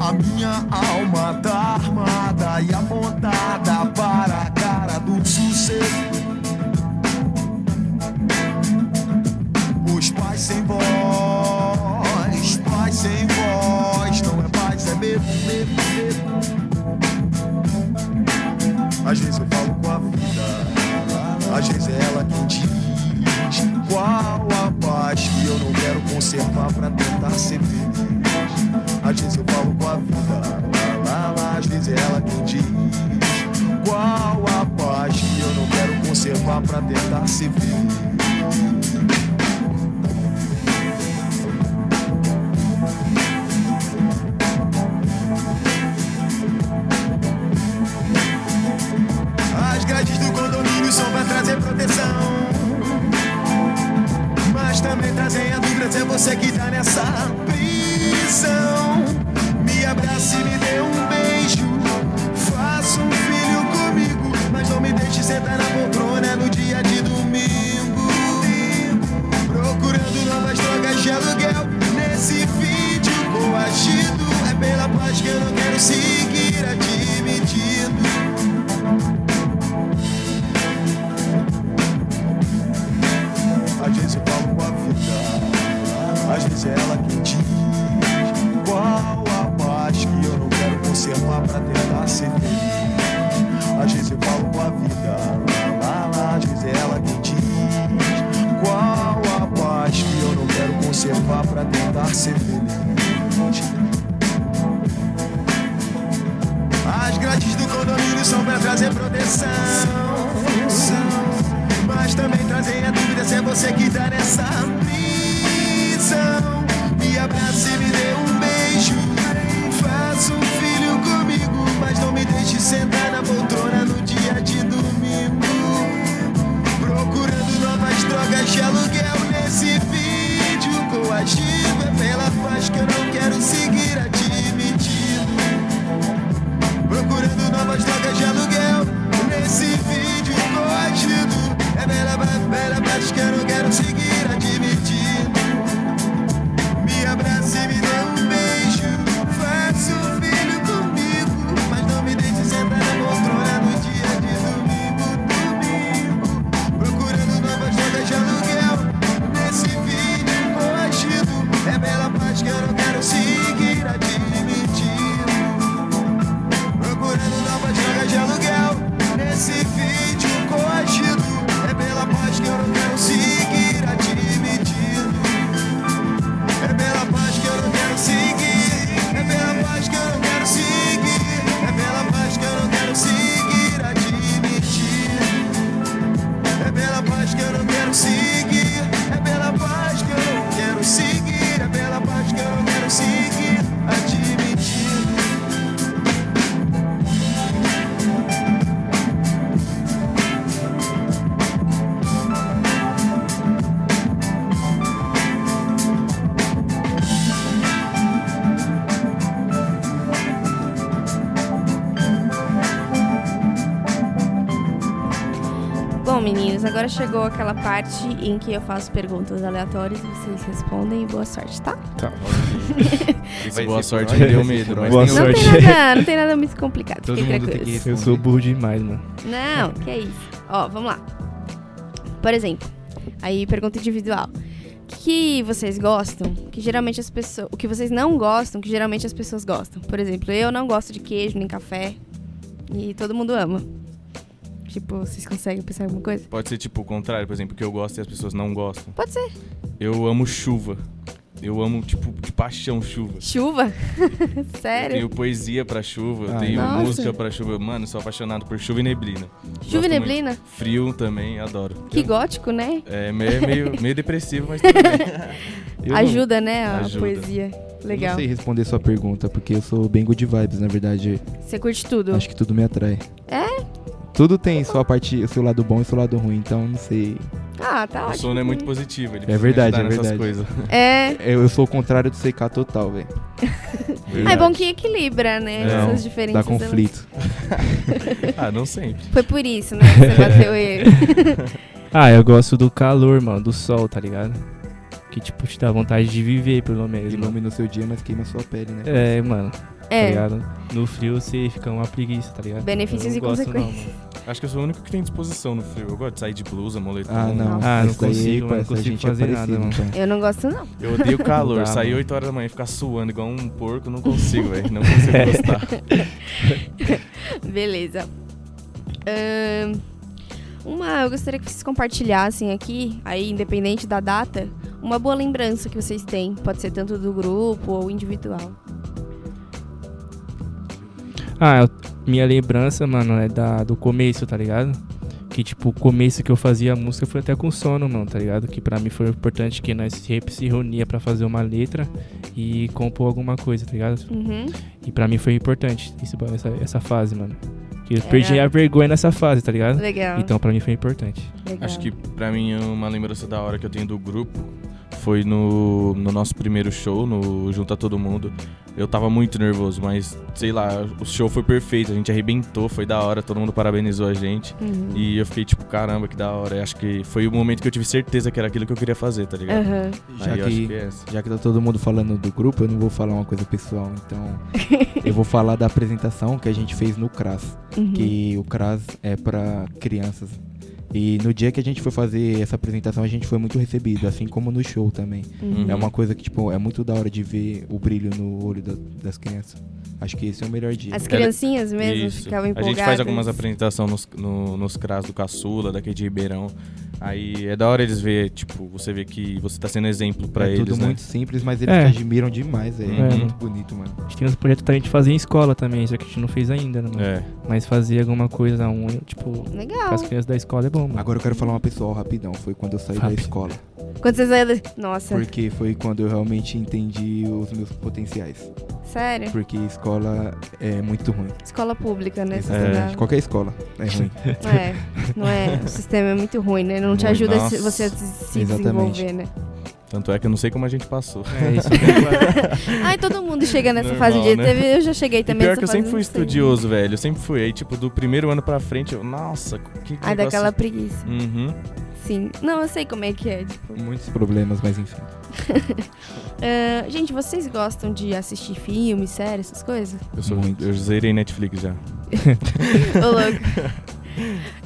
[SPEAKER 9] A minha alma tá armada e apontada para a cara do sucesso Os pais sem voz, pais sem voz, não é paz, é medo, medo, medo. Às vezes eu falo com a vida, às vezes é ela quem diz qual a paz que eu não quero conservar pra tentar ser feliz. Às vezes eu falo com a vida, lá, lá, lá, às vezes é ela quem diz qual a paz que eu não quero conservar pra tentar ser feliz. As grades do condomínio são pra trazer proteção. Mas também trazem a dúvida se é você que tá nessa prisão. Me abrace e me dê um beijo. Faça um filho comigo, mas não É que eu não quero seguir admitido. A gente fala com a vida, às vezes é ela quem diz qual a paz que eu não quero conservar pra tentar ser feliz. Às vezes eu falo com a vida, lá, lá, às vezes é ela quem diz qual a paz que eu não quero conservar pra tentar ser feliz. As grades do condomínio são pra trazer proteção. Mas também trazem a dúvida se é você que tá nessa prisão. Me abraça e me dê um beijo. Faça um filho comigo, mas não me deixe sentar na poltrona no dia de domingo. Procurando novas drogas de aluguel nesse vídeo. Coagido é pela paz que eu não quero seguir admitido. Procurando novas drogas de aluguel Nesse vídeo coagido É bela, ba- bela paz que eu não quero seguir admitindo Me abraça e me dê um beijo Faça um filho comigo Mas não me deixe sentar na poltrona no dia de domingo Domingo Procurando novas drogas de aluguel Nesse vídeo coagido É bela paz que eu não quero seguir admitindo Procurando novas drogas de aluguel Nesse vídeo coagido É pela paz que eu não quero seguir admitido É pela paz que eu não quero seguir É pela paz que eu não quero seguir É pela paz que eu não quero seguir admitido É pela paz que eu não quero seguir É pela paz que eu não quero seguir É pela paz que eu não quero seguir admitido
[SPEAKER 2] Bom, meninos, agora chegou aquela parte em que eu faço perguntas aleatórias, vocês respondem e boa sorte, tá?
[SPEAKER 3] Tá.
[SPEAKER 4] Vai
[SPEAKER 3] boa
[SPEAKER 4] ser
[SPEAKER 3] sorte
[SPEAKER 4] [laughs] por
[SPEAKER 3] me
[SPEAKER 4] aí.
[SPEAKER 3] deu medo. Mas
[SPEAKER 5] Boa
[SPEAKER 3] tem
[SPEAKER 2] Não
[SPEAKER 3] outra.
[SPEAKER 2] tem,
[SPEAKER 5] Sorte.
[SPEAKER 2] nada, não tem nada muito complicado, fiquem tranquilos.
[SPEAKER 5] Eu sou burro demais, mano.
[SPEAKER 2] Não, que é isso. Ó, vamos lá. Por exemplo, aí pergunta individual. O que que vocês gostam? Que geralmente as pessoas. O que vocês não gostam, que geralmente as pessoas gostam. Por exemplo, eu não gosto de queijo nem café. E todo mundo ama. Tipo, vocês conseguem pensar em alguma coisa?
[SPEAKER 3] Pode ser tipo o contrário, por exemplo, que eu gosto e as pessoas não gostam.
[SPEAKER 2] Pode ser.
[SPEAKER 3] Eu amo chuva. Eu amo, tipo, de paixão chuva.
[SPEAKER 2] Chuva? [laughs]
[SPEAKER 3] Eu
[SPEAKER 2] Sério?
[SPEAKER 3] tenho poesia pra chuva, eu
[SPEAKER 4] Ai,
[SPEAKER 3] tenho
[SPEAKER 2] nossa.
[SPEAKER 3] música pra chuva. Mano, eu sou apaixonado por chuva e neblina.
[SPEAKER 2] Chuva e
[SPEAKER 3] Gosto muito.
[SPEAKER 2] neblina?
[SPEAKER 3] Frio também, adoro.
[SPEAKER 2] Que gótico, né?
[SPEAKER 3] É meio, meio, meio depressivo, mas tudo bem.
[SPEAKER 2] [laughs]
[SPEAKER 3] Eu não-
[SPEAKER 2] Ajuda, né? A
[SPEAKER 3] Ajuda.
[SPEAKER 2] poesia.
[SPEAKER 4] Eu não
[SPEAKER 2] Legal.
[SPEAKER 4] sei responder sua pergunta, porque eu sou bem good vibes, na verdade.
[SPEAKER 2] Você curte tudo.
[SPEAKER 4] Acho que tudo me atrai.
[SPEAKER 2] É?
[SPEAKER 4] Tudo tem sua parte, o seu lado bom e o seu lado ruim, então não sei.
[SPEAKER 2] Ah, tá
[SPEAKER 3] O
[SPEAKER 2] ótimo.
[SPEAKER 3] sono é muito positivo, ele
[SPEAKER 4] É
[SPEAKER 3] precisa me
[SPEAKER 4] verdade,
[SPEAKER 3] ajudar
[SPEAKER 4] é
[SPEAKER 3] nessas
[SPEAKER 4] verdade.
[SPEAKER 3] coisas. [laughs]
[SPEAKER 2] É.
[SPEAKER 4] Eu, eu sou o contrário do CK total, velho.
[SPEAKER 2] Ah, é bom que equilibra, né?
[SPEAKER 3] Não,
[SPEAKER 2] Essas diferenças.
[SPEAKER 4] Dá conflito.
[SPEAKER 3] Ah, não sempre.
[SPEAKER 2] Foi por isso, né?
[SPEAKER 3] [laughs]
[SPEAKER 2] Que você bateu ele.
[SPEAKER 5] Ah, eu gosto do calor, mano, do sol, tá ligado? Que tipo, te dá vontade de viver, pelo menos. mano.
[SPEAKER 4] Ilumina o seu dia, mas queima a sua pele, né?
[SPEAKER 5] É, mano, tá
[SPEAKER 2] É.
[SPEAKER 5] ligado? No frio você fica uma preguiça, tá ligado?
[SPEAKER 2] Benefícios
[SPEAKER 5] Eu não
[SPEAKER 2] e
[SPEAKER 5] gosto, não,
[SPEAKER 2] consequências.
[SPEAKER 5] mano.
[SPEAKER 3] Acho que eu sou o único que tem disposição no frio. Eu gosto de sair de blusa, moletom.
[SPEAKER 4] Ah, não.
[SPEAKER 2] Nossa.
[SPEAKER 5] Ah, não
[SPEAKER 4] Esse daí,
[SPEAKER 5] consigo, mano, não
[SPEAKER 4] parça, a
[SPEAKER 5] consigo
[SPEAKER 4] gente é
[SPEAKER 5] fazer nada,
[SPEAKER 4] parecido,
[SPEAKER 5] mano.
[SPEAKER 4] então.
[SPEAKER 2] Eu não gosto, não.
[SPEAKER 3] Eu odeio calor.
[SPEAKER 5] Não dá,
[SPEAKER 3] Sair
[SPEAKER 5] mano.
[SPEAKER 3] 8 horas da manhã e ficar suando igual um porco, não consigo, velho. Não consigo
[SPEAKER 4] [laughs]
[SPEAKER 3] gostar.
[SPEAKER 2] Beleza. Ahn, uma, eu gostaria que vocês compartilhassem aqui, aí independente da data, uma boa lembrança que vocês têm. Pode ser tanto do grupo ou individual.
[SPEAKER 5] Ah, eu- minha lembrança, mano, é da, do começo, tá ligado? Que, tipo, o começo que eu fazia a música foi até com sono, mano, tá ligado? Que pra mim foi importante que nós sempre se reunia pra fazer uma letra e compor alguma coisa, tá ligado?
[SPEAKER 2] Uhum.
[SPEAKER 5] E pra mim foi importante isso, essa, essa fase, mano. Que eu
[SPEAKER 2] É.
[SPEAKER 5] perdi a vergonha nessa fase, tá ligado?
[SPEAKER 2] Uhum. Legal.
[SPEAKER 5] Então pra mim foi importante.
[SPEAKER 2] legal.
[SPEAKER 3] é Acho que pra mim uma lembrança da hora que eu tenho do grupo foi no, no nosso primeiro show, no Junta Todo Mundo. Eu tava muito nervoso, mas sei lá, o show foi perfeito, a gente arrebentou, foi da hora, todo mundo parabenizou a gente.
[SPEAKER 2] Uhum.
[SPEAKER 3] E eu fiquei tipo, caramba, que da hora. Eu acho que foi o momento que eu tive certeza que era aquilo que eu queria fazer, tá ligado?
[SPEAKER 2] Aham.
[SPEAKER 4] Já
[SPEAKER 3] Aí eu acho
[SPEAKER 4] que,
[SPEAKER 3] que é essa.
[SPEAKER 4] já que tá todo mundo falando do grupo, eu não vou falar uma coisa pessoal,
[SPEAKER 2] [laughs]
[SPEAKER 4] então eu vou falar da apresentação que a gente fez no CRAS,
[SPEAKER 2] Uhum.
[SPEAKER 4] que o CRAS é pra crianças. E no dia que a gente foi fazer essa apresentação, a gente foi muito recebido, assim como no show também.
[SPEAKER 2] Uhum.
[SPEAKER 4] É uma coisa que, tipo, é muito da hora de ver o brilho no olho da- das crianças. Acho que esse é o melhor dia.
[SPEAKER 2] As criancinhas mesmo
[SPEAKER 3] Isso.
[SPEAKER 2] ficavam
[SPEAKER 3] A
[SPEAKER 2] empolgadas.
[SPEAKER 3] gente faz algumas apresentações nos, no- nos CRAS do Caçula, daqui de Ribeirão. Aí é da hora eles ver, tipo, você vê que você tá sendo exemplo pra
[SPEAKER 4] é
[SPEAKER 3] eles,
[SPEAKER 4] tudo
[SPEAKER 3] né?
[SPEAKER 4] muito simples, mas eles
[SPEAKER 5] É.
[SPEAKER 4] te admiram demais, é,
[SPEAKER 3] Uhum.
[SPEAKER 4] muito bonito, mano.
[SPEAKER 5] A gente tem uns projetos pra gente fazer em escola também, só que a gente não fez ainda, né? mano?
[SPEAKER 3] É.
[SPEAKER 5] Mas fazer alguma coisa, um, tipo,
[SPEAKER 2] Legal.
[SPEAKER 5] as crianças da escola é bom, mano.
[SPEAKER 4] Agora eu quero falar uma pessoal rapidão, foi quando eu saí da
[SPEAKER 5] Rápido.
[SPEAKER 4] escola.
[SPEAKER 2] Quando vocês saíram... Nossa,
[SPEAKER 4] Porque foi quando eu realmente entendi os meus potenciais.
[SPEAKER 2] sério?
[SPEAKER 4] Porque escola é muito ruim.
[SPEAKER 2] Escola pública, né?
[SPEAKER 4] Essa-
[SPEAKER 2] Estudar.
[SPEAKER 4] Qualquer escola é ruim.
[SPEAKER 2] [laughs]
[SPEAKER 3] [laughs]
[SPEAKER 2] É, não é. O sistema é muito ruim, né? Não te
[SPEAKER 3] Muito.
[SPEAKER 2] ajuda a se-
[SPEAKER 3] Nossa.
[SPEAKER 2] você a se
[SPEAKER 4] Exatamente.
[SPEAKER 2] desenvolver,
[SPEAKER 3] [laughs]
[SPEAKER 2] né? [laughs]
[SPEAKER 3] Tanto é que eu não sei como a gente passou. [laughs]
[SPEAKER 5] É isso mesmo.
[SPEAKER 2] Ai, todo mundo chega nessa
[SPEAKER 3] Normal,
[SPEAKER 2] fase de
[SPEAKER 3] né?
[SPEAKER 2] teve, eu já cheguei
[SPEAKER 3] E
[SPEAKER 2] também.
[SPEAKER 3] pior
[SPEAKER 2] nessa
[SPEAKER 3] que eu
[SPEAKER 2] fase,
[SPEAKER 3] sempre fui
[SPEAKER 2] não sei.
[SPEAKER 3] estudioso, velho. Eu sempre fui. Aí, tipo, do primeiro ano pra frente, eu, nossa, que, que
[SPEAKER 2] Ai,
[SPEAKER 3] negócio-
[SPEAKER 2] daquela preguiça.
[SPEAKER 3] Uhum.
[SPEAKER 2] Sim. Não, eu sei como é que é. Tipo.
[SPEAKER 4] Muitos problemas, mas enfim.
[SPEAKER 2] Ah, gente, vocês gostam de assistir filmes, séries, essas coisas?
[SPEAKER 3] Eu, sou,
[SPEAKER 4] Muito.
[SPEAKER 3] eu zerei Netflix já.
[SPEAKER 2] Ô,
[SPEAKER 3] [laughs]
[SPEAKER 2] louco.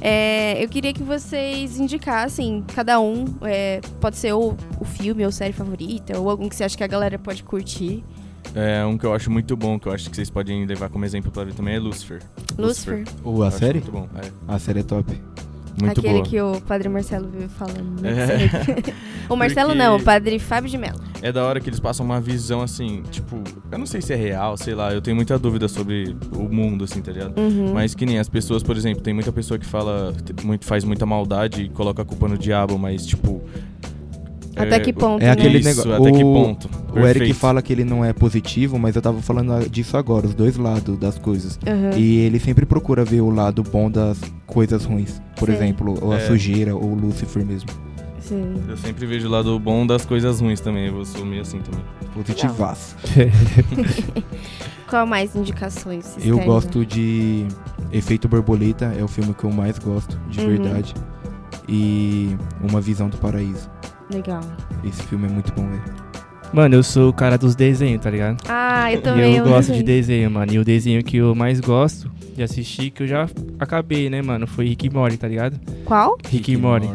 [SPEAKER 2] É, eu queria que vocês indicassem, cada um, é, pode ser ou o filme ou série favorita, ou algum que você acha que a galera pode curtir.
[SPEAKER 3] É um que eu acho muito bom, que eu acho que vocês podem levar como exemplo pra ver também, é Lucifer.
[SPEAKER 2] Lucifer,
[SPEAKER 4] Ou a
[SPEAKER 3] Eu acho
[SPEAKER 4] série?
[SPEAKER 3] Muito bom. É,
[SPEAKER 4] A série é top.
[SPEAKER 3] muito
[SPEAKER 2] aquele
[SPEAKER 3] boa.
[SPEAKER 2] que o Padre Marcelo vive falando. né?
[SPEAKER 3] É.
[SPEAKER 2] o Marcelo
[SPEAKER 3] Porque-
[SPEAKER 2] não, o Padre Fábio de Mello.
[SPEAKER 3] É da hora que eles passam uma visão assim, tipo, eu não sei se é real, sei lá, eu tenho muita dúvida sobre o mundo, assim, tá ligado?
[SPEAKER 2] Uhum.
[SPEAKER 3] Mas que nem as pessoas, por exemplo, tem muita pessoa que fala, te- muito, faz muita maldade e coloca a culpa no diabo, mas tipo.
[SPEAKER 2] Até que ponto,
[SPEAKER 4] é
[SPEAKER 2] né?
[SPEAKER 4] aquele
[SPEAKER 3] isso,
[SPEAKER 4] negócio-
[SPEAKER 3] Até que
[SPEAKER 4] o-
[SPEAKER 3] ponto.
[SPEAKER 4] O Eric
[SPEAKER 3] Perfeito.
[SPEAKER 4] fala que ele não é positivo, mas eu tava falando ah, disso agora, os dois lados das coisas.
[SPEAKER 2] Uhum.
[SPEAKER 4] E ele sempre procura ver o lado bom das coisas ruins. Por
[SPEAKER 2] Sim.
[SPEAKER 4] exemplo, ou a
[SPEAKER 3] É.
[SPEAKER 4] sujeira, ou o Lucifer mesmo.
[SPEAKER 2] Sim.
[SPEAKER 3] Eu sempre vejo o lado bom das coisas ruins também, eu sou meio assim também.
[SPEAKER 4] Positivaço.
[SPEAKER 2] Qual mais indicações? vocês
[SPEAKER 4] Eu
[SPEAKER 2] querem?
[SPEAKER 4] gosto de Efeito Borboleta, é o filme que eu mais gosto, de
[SPEAKER 2] Uhum.
[SPEAKER 4] verdade. E Uma Visão do Paraíso.
[SPEAKER 2] Legal.
[SPEAKER 4] Esse filme é muito bom, velho.
[SPEAKER 5] mano, eu sou o cara dos desenhos, tá ligado?
[SPEAKER 2] Ah, eu
[SPEAKER 5] E
[SPEAKER 2] também.
[SPEAKER 5] eu gosto de
[SPEAKER 2] desenho.
[SPEAKER 5] desenho, mano. E o desenho que eu mais gosto de assistir, que eu já acabei, né, mano? Foi Rick e Morty, tá ligado?
[SPEAKER 2] Qual?
[SPEAKER 5] Rick e Morty.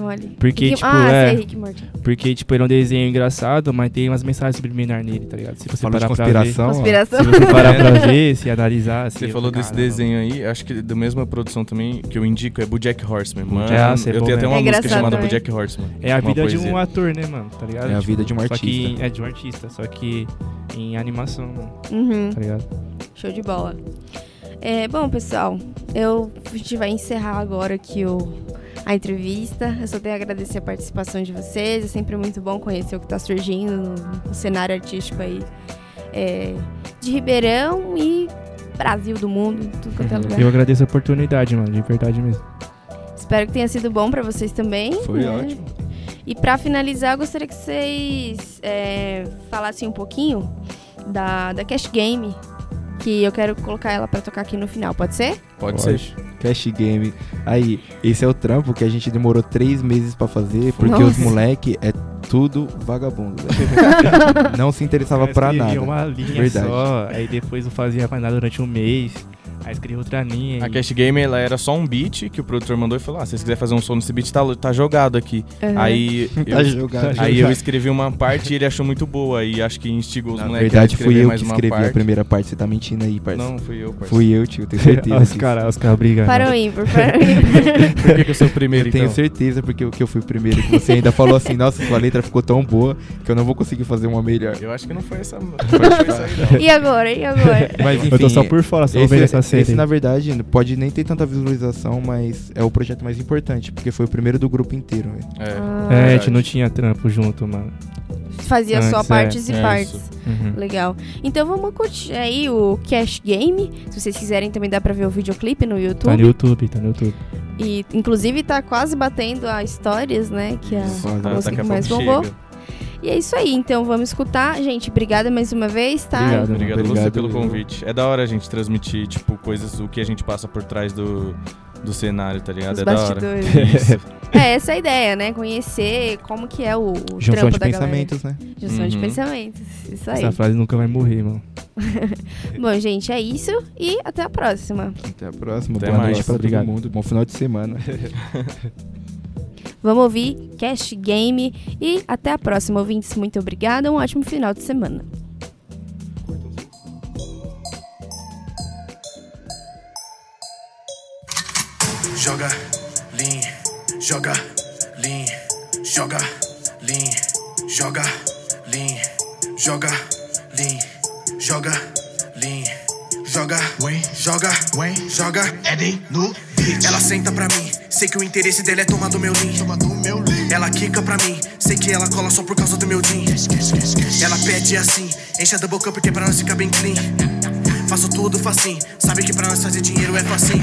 [SPEAKER 2] Olha.
[SPEAKER 5] Porque,
[SPEAKER 2] Rick-
[SPEAKER 5] tipo,
[SPEAKER 2] ah,
[SPEAKER 5] é-
[SPEAKER 2] sei, Rick e Morty.
[SPEAKER 5] Porque, tipo, ele é um desenho engraçado, mas tem umas mensagens subliminares nele, tá ligado? Se você
[SPEAKER 4] Falando de
[SPEAKER 5] parar pra ver.
[SPEAKER 4] conspiração, ó.
[SPEAKER 2] Conspiração.
[SPEAKER 5] Se você parar pra ver, se analisar, assim,
[SPEAKER 3] Você
[SPEAKER 5] eu
[SPEAKER 3] falou
[SPEAKER 5] falo,
[SPEAKER 3] desse
[SPEAKER 5] "Caramba,
[SPEAKER 3] desenho aí, acho que da mesma produção também que eu indico é Bojack Horseman, mano.
[SPEAKER 5] Ah, você é
[SPEAKER 3] eu
[SPEAKER 5] bom
[SPEAKER 3] tenho até uma
[SPEAKER 5] mesmo.
[SPEAKER 2] É
[SPEAKER 3] música
[SPEAKER 2] engraçado
[SPEAKER 3] chamada
[SPEAKER 2] também.
[SPEAKER 3] Bojack Horseman.
[SPEAKER 5] É a
[SPEAKER 3] uma
[SPEAKER 5] vida de um
[SPEAKER 3] poesia.
[SPEAKER 5] ator, né, mano? Tá ligado?
[SPEAKER 4] É a
[SPEAKER 5] Tipo,
[SPEAKER 4] vida de um
[SPEAKER 5] Só
[SPEAKER 4] artista.
[SPEAKER 5] que é de um artista, só que em animação, mano,
[SPEAKER 2] Uhum.
[SPEAKER 5] tá ligado?
[SPEAKER 2] Show de bola. É, bom, pessoal, eu, a gente vai encerrar agora aqui o, a entrevista. Eu só tenho a agradecer a participação de vocês. É sempre muito bom conhecer o que está surgindo no, no cenário artístico aí é, de Ribeirão e Brasil, do mundo, tudo quanto é
[SPEAKER 4] Uhum.
[SPEAKER 2] lugar.
[SPEAKER 5] Eu agradeço a oportunidade, mano, de verdade mesmo.
[SPEAKER 2] Espero que tenha sido bom pra vocês também.
[SPEAKER 4] Foi
[SPEAKER 2] né?
[SPEAKER 4] ótimo.
[SPEAKER 2] E pra finalizar, eu gostaria que vocês é, falassem um pouquinho da, da Cash Game, que eu quero colocar ela pra tocar aqui no final, pode ser?
[SPEAKER 3] Pode
[SPEAKER 5] Pode.
[SPEAKER 3] ser.
[SPEAKER 4] Cash Game. Aí, esse é o trampo que a gente demorou três meses pra fazer, porque
[SPEAKER 2] Nossa.
[SPEAKER 4] os moleque é tudo vagabundo, velho. [laughs] Não se interessava
[SPEAKER 5] Eu
[SPEAKER 4] pra
[SPEAKER 5] escrevia
[SPEAKER 4] nada.
[SPEAKER 5] uma linha
[SPEAKER 4] Verdade.
[SPEAKER 5] só, aí depois não fazia mais nada durante um mês, aí escrevi outra linha.
[SPEAKER 3] A
[SPEAKER 5] [laughs] e-
[SPEAKER 3] Cash Game ela era só um beat que o produtor mandou e falou: Ah, se vocês quiserem fazer um som nesse beat, tá, tá jogado aqui.
[SPEAKER 2] É.
[SPEAKER 3] Aí,
[SPEAKER 4] Tá
[SPEAKER 3] eu,
[SPEAKER 4] jogado.
[SPEAKER 3] aí eu escrevi uma parte e ele achou muito boa. E acho que instigou os
[SPEAKER 4] Na
[SPEAKER 3] moleques
[SPEAKER 4] verdade,
[SPEAKER 3] a escrever
[SPEAKER 4] fui eu
[SPEAKER 3] mais
[SPEAKER 4] que
[SPEAKER 3] uma
[SPEAKER 4] escrevi a
[SPEAKER 3] parte.
[SPEAKER 4] primeira parte. Você tá mentindo aí, parceiro.
[SPEAKER 3] Não, fui eu, parceiro.
[SPEAKER 4] Fui eu, tio. Tenho certeza
[SPEAKER 5] Olha os
[SPEAKER 4] disso. [laughs]
[SPEAKER 5] caras, os caras brigando.
[SPEAKER 2] Para o ímpar, para o
[SPEAKER 3] [laughs]
[SPEAKER 2] ímpar.
[SPEAKER 3] Por que, que eu sou o
[SPEAKER 4] Eu
[SPEAKER 3] primeiro,
[SPEAKER 4] tenho
[SPEAKER 3] então?
[SPEAKER 4] certeza porque o que eu fui primeiro. Que você ainda falou assim, nossa, sua letra ficou tão boa que eu não vou conseguir fazer uma melhor.
[SPEAKER 3] Eu acho que não foi
[SPEAKER 4] [laughs]
[SPEAKER 3] essa. Não foi essa aí, não.
[SPEAKER 2] e agora? E agora?
[SPEAKER 4] Mas enfim,
[SPEAKER 5] eu tô só por fora, só
[SPEAKER 4] esse, é-
[SPEAKER 5] vendo essa cena.
[SPEAKER 4] esse,
[SPEAKER 5] aí.
[SPEAKER 4] na verdade, pode nem ter tanta visualização, mas é o projeto mais importante, porque foi o primeiro do grupo inteiro. né? velho.
[SPEAKER 2] Ah,
[SPEAKER 3] É.
[SPEAKER 5] É, a gente
[SPEAKER 3] Verdade.
[SPEAKER 5] não tinha trampo junto, mano.
[SPEAKER 2] fazia
[SPEAKER 5] antes,
[SPEAKER 2] só
[SPEAKER 5] é,
[SPEAKER 2] partes e
[SPEAKER 3] é
[SPEAKER 2] partes.
[SPEAKER 3] isso.
[SPEAKER 4] Uhum.
[SPEAKER 2] Legal. Então vamos curtir aí o Cash Game. Se vocês quiserem também dá pra ver o videoclipe no
[SPEAKER 5] Tá no
[SPEAKER 2] YouTube.
[SPEAKER 5] YouTube, tá no YouTube.
[SPEAKER 2] E inclusive tá quase batendo a histórias, né? Que é a
[SPEAKER 3] Isso,
[SPEAKER 4] a
[SPEAKER 3] tá-
[SPEAKER 2] música
[SPEAKER 3] daqui a
[SPEAKER 2] que mais
[SPEAKER 3] pouco
[SPEAKER 2] bombou.
[SPEAKER 3] chega.
[SPEAKER 2] E é isso aí, então vamos escutar. Gente, obrigada mais uma vez, tá?
[SPEAKER 3] Obrigado, obrigado, a você
[SPEAKER 4] Obrigado,
[SPEAKER 3] pelo
[SPEAKER 4] eu.
[SPEAKER 3] convite. É da hora a gente transmitir, tipo, coisas, o que a gente passa por trás do, do cenário, tá ligado?
[SPEAKER 2] Os
[SPEAKER 3] é
[SPEAKER 4] [laughs]
[SPEAKER 2] bastidores.
[SPEAKER 3] da [laughs] hora. Isso.
[SPEAKER 2] É essa é a ideia, né? Conhecer como que é o, o
[SPEAKER 4] Junção
[SPEAKER 2] trampo
[SPEAKER 4] de
[SPEAKER 2] da galera.
[SPEAKER 4] pensamentos, né?
[SPEAKER 2] Junção de
[SPEAKER 3] Uhum.
[SPEAKER 2] pensamentos. Isso aí.
[SPEAKER 5] Essa frase nunca vai morrer, mano.
[SPEAKER 2] Bom, gente, é isso e até a próxima.
[SPEAKER 4] Até a próxima.
[SPEAKER 3] Até
[SPEAKER 4] Boa
[SPEAKER 3] mais.
[SPEAKER 4] noite pra
[SPEAKER 5] Obrigado.
[SPEAKER 4] todo mundo. Bom final de
[SPEAKER 5] [laughs]
[SPEAKER 4] semana.
[SPEAKER 2] Vamos ouvir Cash Game e até a próxima, ouvintes. Muito obrigada. Um ótimo final de semana.
[SPEAKER 7] Joga lean, joga lean, joga lean, joga lean, joga lean, joga lean, joga, Wayne, joga, Wayne, joga, Eden no beat. Ela senta pra mim, sei que o interesse dela é tomar do meu lean. Ela quica pra mim, sei que ela cola só por causa do meu jean. Ela pede assim, enche a double cup porque pra nós ficar bem clean. Faço tudo facinho, sabe que pra nós fazer dinheiro é facinho.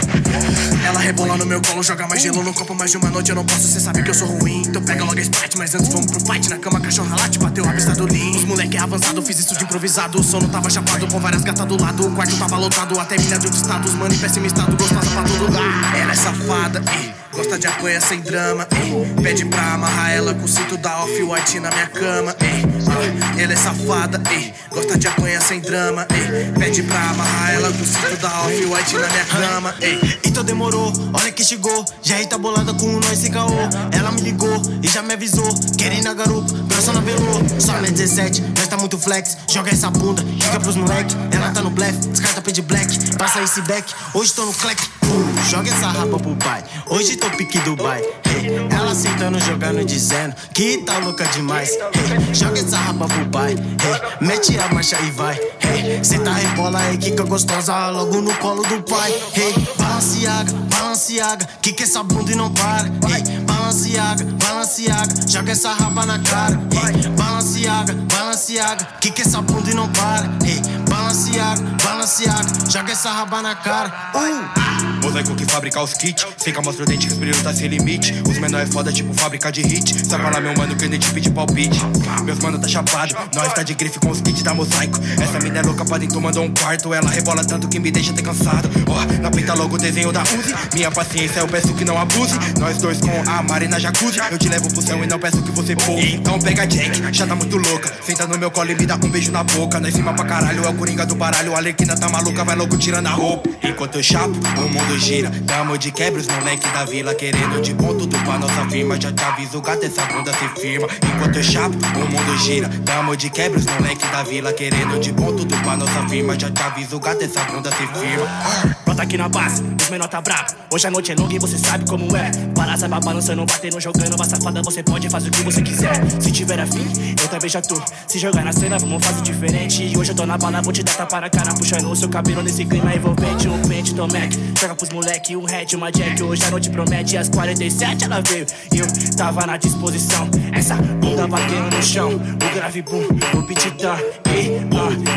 [SPEAKER 7] Ela rebola no meu colo, joga mais gelo no copo, mais de uma noite eu não posso, cê sabe que eu sou ruim. Então pega logo a Sprite, mas antes vamos pro fight. Na cama, cachorra late, bateu a pista do lean. Os moleque é avançado, fiz isso de improvisado. O sono tava chapado, com várias gatas do lado. O quarto tava lotado, até mina de outro status, mano, e péssimo estado, gostosa pra todo lado. Ela é safada, ei. Gosta de apanha sem drama, ei. Pede pra amarrar ela com o cinto da off-white na minha cama, ei. Ah, Ela é safada, ei. Gosta de apanha sem drama, ei. Pede pra amarrar ela com o cinto da off-white na minha cama, ei.
[SPEAKER 13] Então demorou, olha que chegou. Já aí tá bolada com o nós sem caô. Ela me ligou e já me avisou. Querendo a garupa, braço na velô. Só na 17, nós tá muito flex. Joga essa bunda, fica pros moleque. Ela tá no blefe, descarta pede black. Passa esse back, hoje tô no clec. Pum, Joga essa rapa pro pai, hoje tô pique Dubai. Hey, ela sentando, jogando, e dizendo que tá louca demais. Hey, joga essa rapa pro pai, hey, mete a marcha e vai. Hey, cê tá rebola aí, quica gostosa, logo no colo do pai. Hey, balanceaga, balanceaga, quica essa bunda e não para. Hey, balanceaga, balanceaga, joga essa rapa na cara. Hey, balanceaga, balanceaga, quica essa bunda e não para. Hey, balanceaga, balanceaga, joga essa raba na cara. Uh! Mosaico que fabrica os kits, fica mostra o dente que os brilhos tá sem limite. Os menor é foda, tipo fábrica de hit. Sai pra lá, meu mano, que eu nem te pedi palpite. Meus mano tá chapado, nós tá de grife com os kits da mosaico. Essa mina é louca pra dentro, mandou um quarto. Ela rebola tanto que me deixa até cansado. Ó, na pinta logo o desenho da Uzi. Minha paciência, eu peço que não abuse. Nós dois com a Mari na jacuzzi. Eu te levo pro céu e não peço que você pouse. Então pega a Jack, já tá muito louca. Senta no meu colo e me dá um beijo na boca. Nós cima pra caralho, é o coringa do baralho. A Alequina tá maluca, vai logo tirando a roupa. Enquanto eu chapo, o mundo gira. Tamo de quebra os moleque da vila. Querendo de bom tudo pra nossa firma. Já te aviso, gato, essa bunda se firma. Enquanto eu chapo, o mundo gira. Tamo de quebra os moleque da vila. Querendo de bom tudo pra nossa firma. Já te aviso, gato, essa bunda se firma.
[SPEAKER 14] Brota aqui na base, os menor tá brabo. Hoje a noite é longa e você sabe como é. Balança, vai balançando, batendo, jogando, vai safada, você pode fazer o que você quiser. Se tiver afim, eu também já tô. Se jogar na cena, vamos fazer diferente. E hoje eu tô na bala, vou te dar tapa na cara, puxando o seu cabelo nesse clima envolvente. Um pente, tomec, joga pros moleque, um head, uma jack. Hoje a noite promete, às 47 ela veio. E eu tava na disposição. Essa bunda batendo no chão, o grave boom, o beat down. E, ah, e,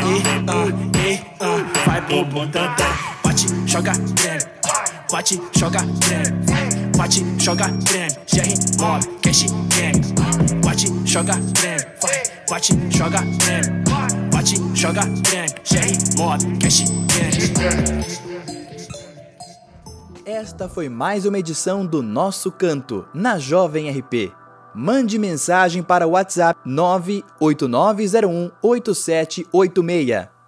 [SPEAKER 14] ah, e, ah, vai pro bundão. Bate, joga, treme. Bate, joga, treme. Bate, joga, treme. GR9, cash gang. Bate, joga, treme. Bate, joga, treme. Bate, joga, treme. GR9, cash gang.
[SPEAKER 1] Esta foi mais uma edição do Nosso Canto, na Jovem RP. Mande um mensagem para o WhatsApp 989018786.